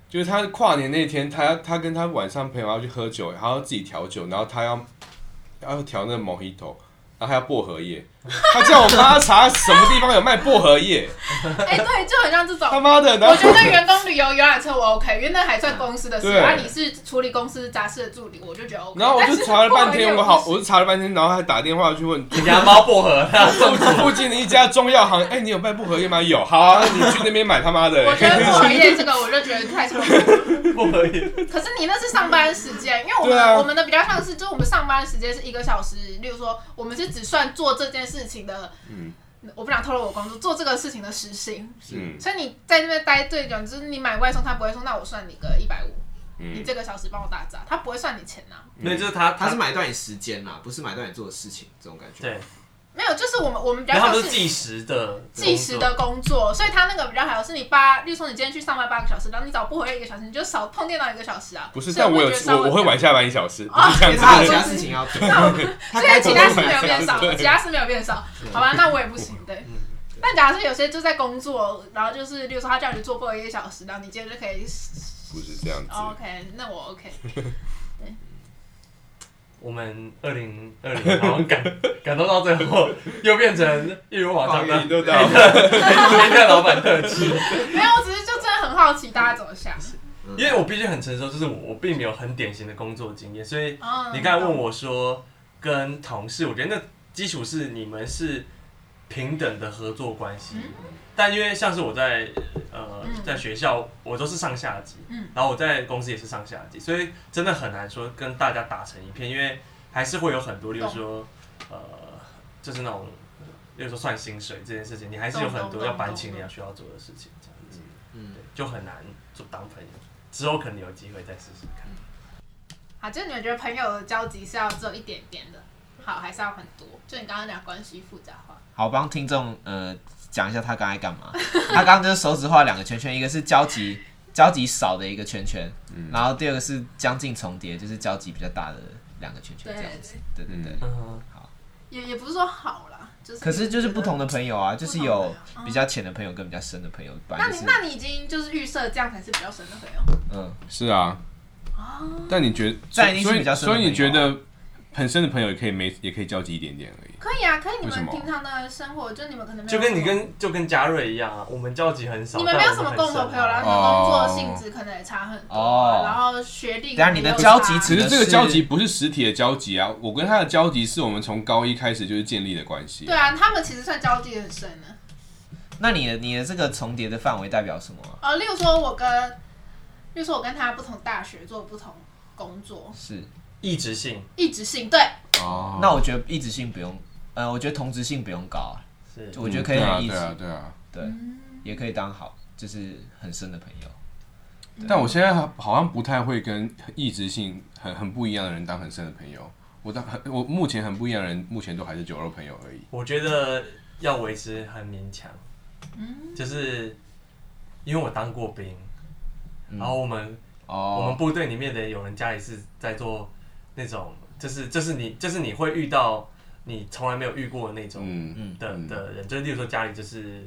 S3: 就是他跨年那天，他他跟他晚上朋友要去喝酒，他要自己调酒，然后他要要调那个 mojito，然后还要薄荷叶。他叫我帮他查什么地方有卖薄荷叶，
S2: 哎、对，就很像这
S3: 他
S2: 种。
S3: 妈的！然
S2: 我
S3: 后
S2: 觉得员工旅游游览车我 OK，因为那还算公司的事。
S3: 对
S2: 啊，你是处理公司杂事的助理，我就觉得 OK。
S3: 然后我
S2: 但
S3: 就是查了半
S2: 不
S3: 天，
S2: 好意思
S3: 我好，我就查了半天，然后还打电话去问
S1: 你家猫薄荷，它
S3: 附附近的一家中药行，哎、你有卖薄荷叶吗？有，好、啊，那你去那边买他妈 的、
S2: 我觉 得不好意思，这个我就觉得太冲突了
S1: 薄荷也
S2: 可是你那是上班时间，因为我们、
S3: 对啊
S2: 我们的比较像是，就是我们上班时间是一个小时，例如说我们是只算做这件事情的，
S3: 嗯
S2: 我不想透露我工作做这个事情的时薪，
S3: 嗯
S2: 所以你在那边待最久，就是你买外送，他不会说那我算你个一百五，你
S3: 嗯，
S2: 这个小时帮我打杂，他不会算你钱啊呐、
S1: 没有，就是他
S5: 他是买断你时间啦，不是买断你做的事情，这种感觉。
S1: 对，
S2: 没有，就是
S3: 嗯
S2: 我们我们比较
S1: 然后他
S2: 像
S1: 们是
S2: 是。
S1: 计时的
S2: 计时的工作，所以他那个比较好，是你八，例如说你今天去上班八个小时，然后你早不回一个小时，你就少碰电脑一个小时啊。
S3: 不是，
S2: 所以
S3: 但我有
S2: 觉得稍
S3: 我
S2: 微哦
S3: 我会晚下班一小时，不是
S5: 因
S3: 这样
S5: 为
S3: 子
S5: 他
S3: 的
S5: 有其。
S3: 人
S5: 他事情要 做，他
S2: 所以
S5: 该
S2: 其
S5: 做
S2: 他
S5: 的
S2: 事
S5: 事
S2: 没有变少，
S5: 对
S2: 其他事没有变少，好吧，那我也不行，对。但假如是有些就在工作，然后就是，例如说他叫你做播一个小时，然后你今天就可以、
S3: 不是这样子。
S2: 哦 OK，那我 OK。
S1: 我们二零二零，然后 感感动到最后，又变成一如往常的
S3: 放
S1: 黑
S3: 一
S1: 特
S3: 都 到
S1: 黑特老板特辑。
S2: 没有，我只是就真的很好奇大家怎么想。
S1: 因为我必须很成熟，就是我我并没有很典型的工作经验，所以
S2: 嗯
S1: 你刚才问我说跟同事，我觉得那基础是你们是平等的合作关系。但因为像是我在呃
S2: 嗯
S1: 在学校，我都是上下级，
S2: 嗯
S1: 然后我在公司也是上下级，所以真的很难说跟大家打成一片，因为还是会有很多，例如说呃，就是那种，例如说算薪水这件事情，你还是有很
S2: 懂
S1: 多要
S2: 懂懂
S1: 搬请你
S2: 懂
S1: 要需要做的事情，这样子，
S4: 嗯
S1: 对，就很难做当朋友。之后可能有机会再试试看。
S2: 好，就是你们觉得朋友的交集是要只有一点点的，好，还是要很多？就你刚刚讲关系复杂化，
S5: 好，我帮听众呃讲一下他刚才干嘛。他刚刚就是手指画两个圈圈，一个是交集交集少的一个圈圈，
S3: 嗯
S5: 然后第二个是将近重叠，就是交集比较大的两个圈圈这样子。对对对。
S1: 嗯，
S2: 也也不是说好啦，就是
S5: 可是就是不同
S2: 的。
S5: 的朋友啊，就是
S2: 不
S5: 有
S2: 同的朋友
S5: 比较浅的朋友跟比较深的朋友，本
S2: 嗯那
S5: 来就是
S2: 你哦那你已经就是预设这样才是比较深的朋友，
S5: 嗯，
S3: 是啊。但你觉得，
S5: 这
S3: 所
S5: 样一
S3: 以
S5: 定是
S3: 所
S5: 比
S3: 以
S5: 较深的
S3: 所以你
S5: 朋
S3: 觉
S5: 友啊
S3: 得很深的朋友也可以没也可以交集一点点而已。
S2: 可以啊，可以。你
S3: 为什
S2: 们
S3: 么
S2: 平常的生活，就你们可能没有
S1: 就跟你
S2: 什么
S1: 跟就跟嘉瑞一样啊，我们交集很少，
S2: 你们没有什么共同朋友，
S1: 啦。
S2: 然后你们工作性质可能也差很多啊，
S5: 哦
S2: 然后学历
S5: 等
S2: 可
S5: 下啊
S2: 能
S5: 你
S2: 也
S5: 的
S2: 有差，啊
S5: 交集只
S3: 只是这个
S5: 是
S3: 交集不是实体的交集啊，我跟他的交集是我们从高一开始就是建立的关系
S2: 对。啊，他们其实算交际很深的。
S5: 那你的你的这个重叠的范围代表什么啊、
S2: 呃，例如说我跟，例如说我跟他不同大学做不同工作，
S5: 是，
S1: 异质性
S2: 一直性对，
S3: 哦
S5: 那我觉得一直性不用，呃，我觉得同质性不用高啊，
S1: 是
S5: 我觉得可以
S3: 嗯对
S5: 很
S3: 啊，
S5: 一
S3: 对
S5: 直
S3: 啊，，对啊。
S5: 对，也可以当好，就是很深的朋友。
S3: 但我现在好像不太会跟异质性很很不一样的人当很深的朋友。我当很我目前很不一样的人，目前都还是酒肉朋友而已。
S1: 我觉得要维持很勉强，
S2: 嗯
S1: 就是因为我当过兵，
S3: 嗯
S1: 然后我们、我们
S5: 哦，
S1: 部队里面的有人家里是在做那种，就是就是你就是你会遇到你从来没有遇过的那种
S3: 嗯嗯
S1: 的、
S3: 嗯
S1: 的人，就是例如说家里就是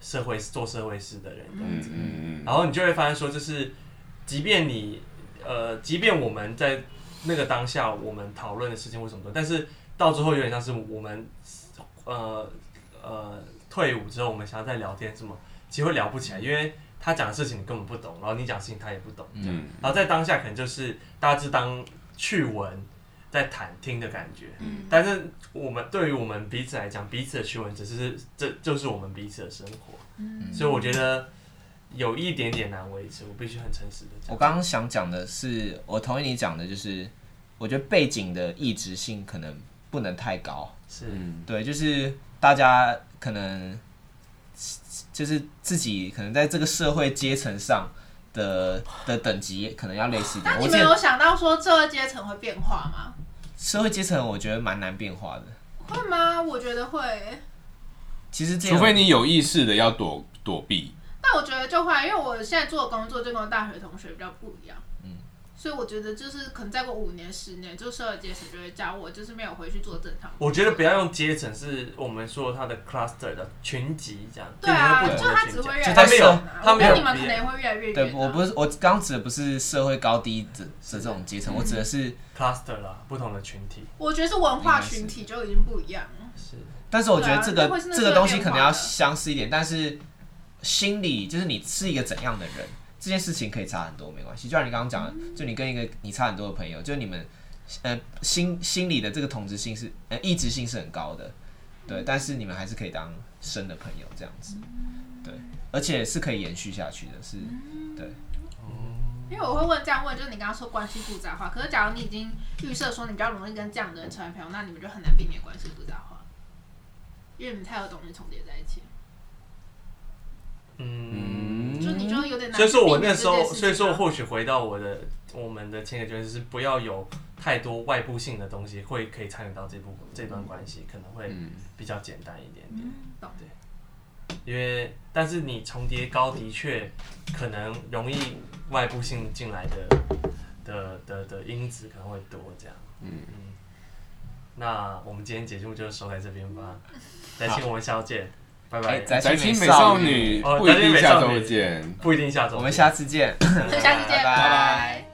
S1: 社会做社会事的人这样
S3: 嗯
S1: 子，
S3: 嗯嗯，
S1: 然后你就会发现说，就是即便你呃，即便我们在那个当下我们讨论的事情或什么的，但是到最后有点像是我们呃呃退伍之后，我们想要再聊天什么，其实会聊不起来，因为他讲的事情你根本不懂，然后你讲的事情他也不懂，
S3: 嗯
S1: 然后在当下可能就是大家是当趣闻在谈听的感觉。
S2: 嗯
S1: 但是我们对于我们彼此来讲，彼此的趣闻只是这就是我们彼此的生活。
S2: 嗯
S1: 所以我觉得有一点点难维持，我必须很诚实的
S5: 我
S1: 讲。
S2: 嗯
S5: 刚刚想讲的是，我同意你讲的，就是我觉得背景的异质性可能不能太高，
S1: 是，
S3: 嗯
S5: 对，就是大家可能就是自己可能在这个社会阶层上的的等级可能要类似一
S2: 那
S5: 点。我
S2: 你
S5: 之
S2: 们
S5: 前
S2: 啊有想到说这个阶层会变化吗？
S5: 社会阶层我觉得蛮难变化的，
S2: 会吗？我觉得会，
S5: 其实这
S3: 除
S5: 样
S3: 非你有意识的要躲躲避，
S2: 但我觉得就会，啊因为我现在做的工作就跟我大学同学比较不一样，
S5: 嗯
S2: 所以我觉得就是可能再过五年、十年，就社会阶层就会教我，就是没有回去做正常工作。
S1: 我觉得不要用阶层，是我们说它的 cluster 的群集这样，
S2: 对啊，
S1: 就是
S2: 就
S1: 不同
S2: 他
S1: 的
S2: 只
S1: 群集。
S2: 会越
S5: 就
S2: 来
S5: 他
S2: 越
S5: 没有
S2: 远啊
S1: 他
S2: 我
S1: 没
S2: 跟
S1: 有
S2: 你们可
S1: 别
S2: 能也会越来越
S5: 对
S2: 远啊。
S5: 我不是我刚指的不是社会高低的的这种阶
S2: 嗯
S5: 层，我指的是，
S1: cluster 啦，不同的群体
S2: 我觉得是文化群体就已经不一样了。
S1: 是
S5: 但是我觉得这个、
S2: 对啊会是那
S5: 这个东西
S2: 社会
S5: 可
S2: 变化
S5: 能要
S2: 的
S5: 相似一点，但是心理就是你是一个怎样的人，这件事情可以差很多，没关系。就像你刚刚讲的，
S2: 嗯
S5: 就你跟一个你差很多的朋友，就你们呃心心理的这个同质性是呃异质性是很高的，
S2: 嗯
S5: 对，但是你们还是可以当深的朋友这样子，
S2: 嗯
S5: 对，而且是可以延续下去的，是对。
S2: 因为我会问这样问，就是你刚刚说关系复杂化，可是假如你已经预设说你比较容易跟这样的人成为朋友，那你们就很难避免关系复杂化，因为你们太多东西重叠在一起，
S1: 嗯。
S2: 就你就有点难。
S1: 所以说我那时候，
S5: 啊
S1: 所以说或许回到我的我们的前个圈是不要有太多外部性的东西会可以参与到这部这段关系，可能会比较简单一点点。
S5: 嗯
S2: 嗯懂
S1: 因为但是你重叠高的确可能容易外部性进来的的的的因子可能会多这样。嗯那我们今天节目就收在这边吧，再请我们小姐，拜拜。
S5: 再
S3: 宅青
S5: 青
S3: 美
S5: 少
S3: 少女
S1: 哦
S3: 不一
S1: 宅青
S3: 定
S1: 美
S3: 下
S1: 少
S3: 周
S1: 女
S3: 见。
S1: 不一定下周见，
S5: 我们下次见。
S2: 下次见，
S5: 拜拜
S2: 拜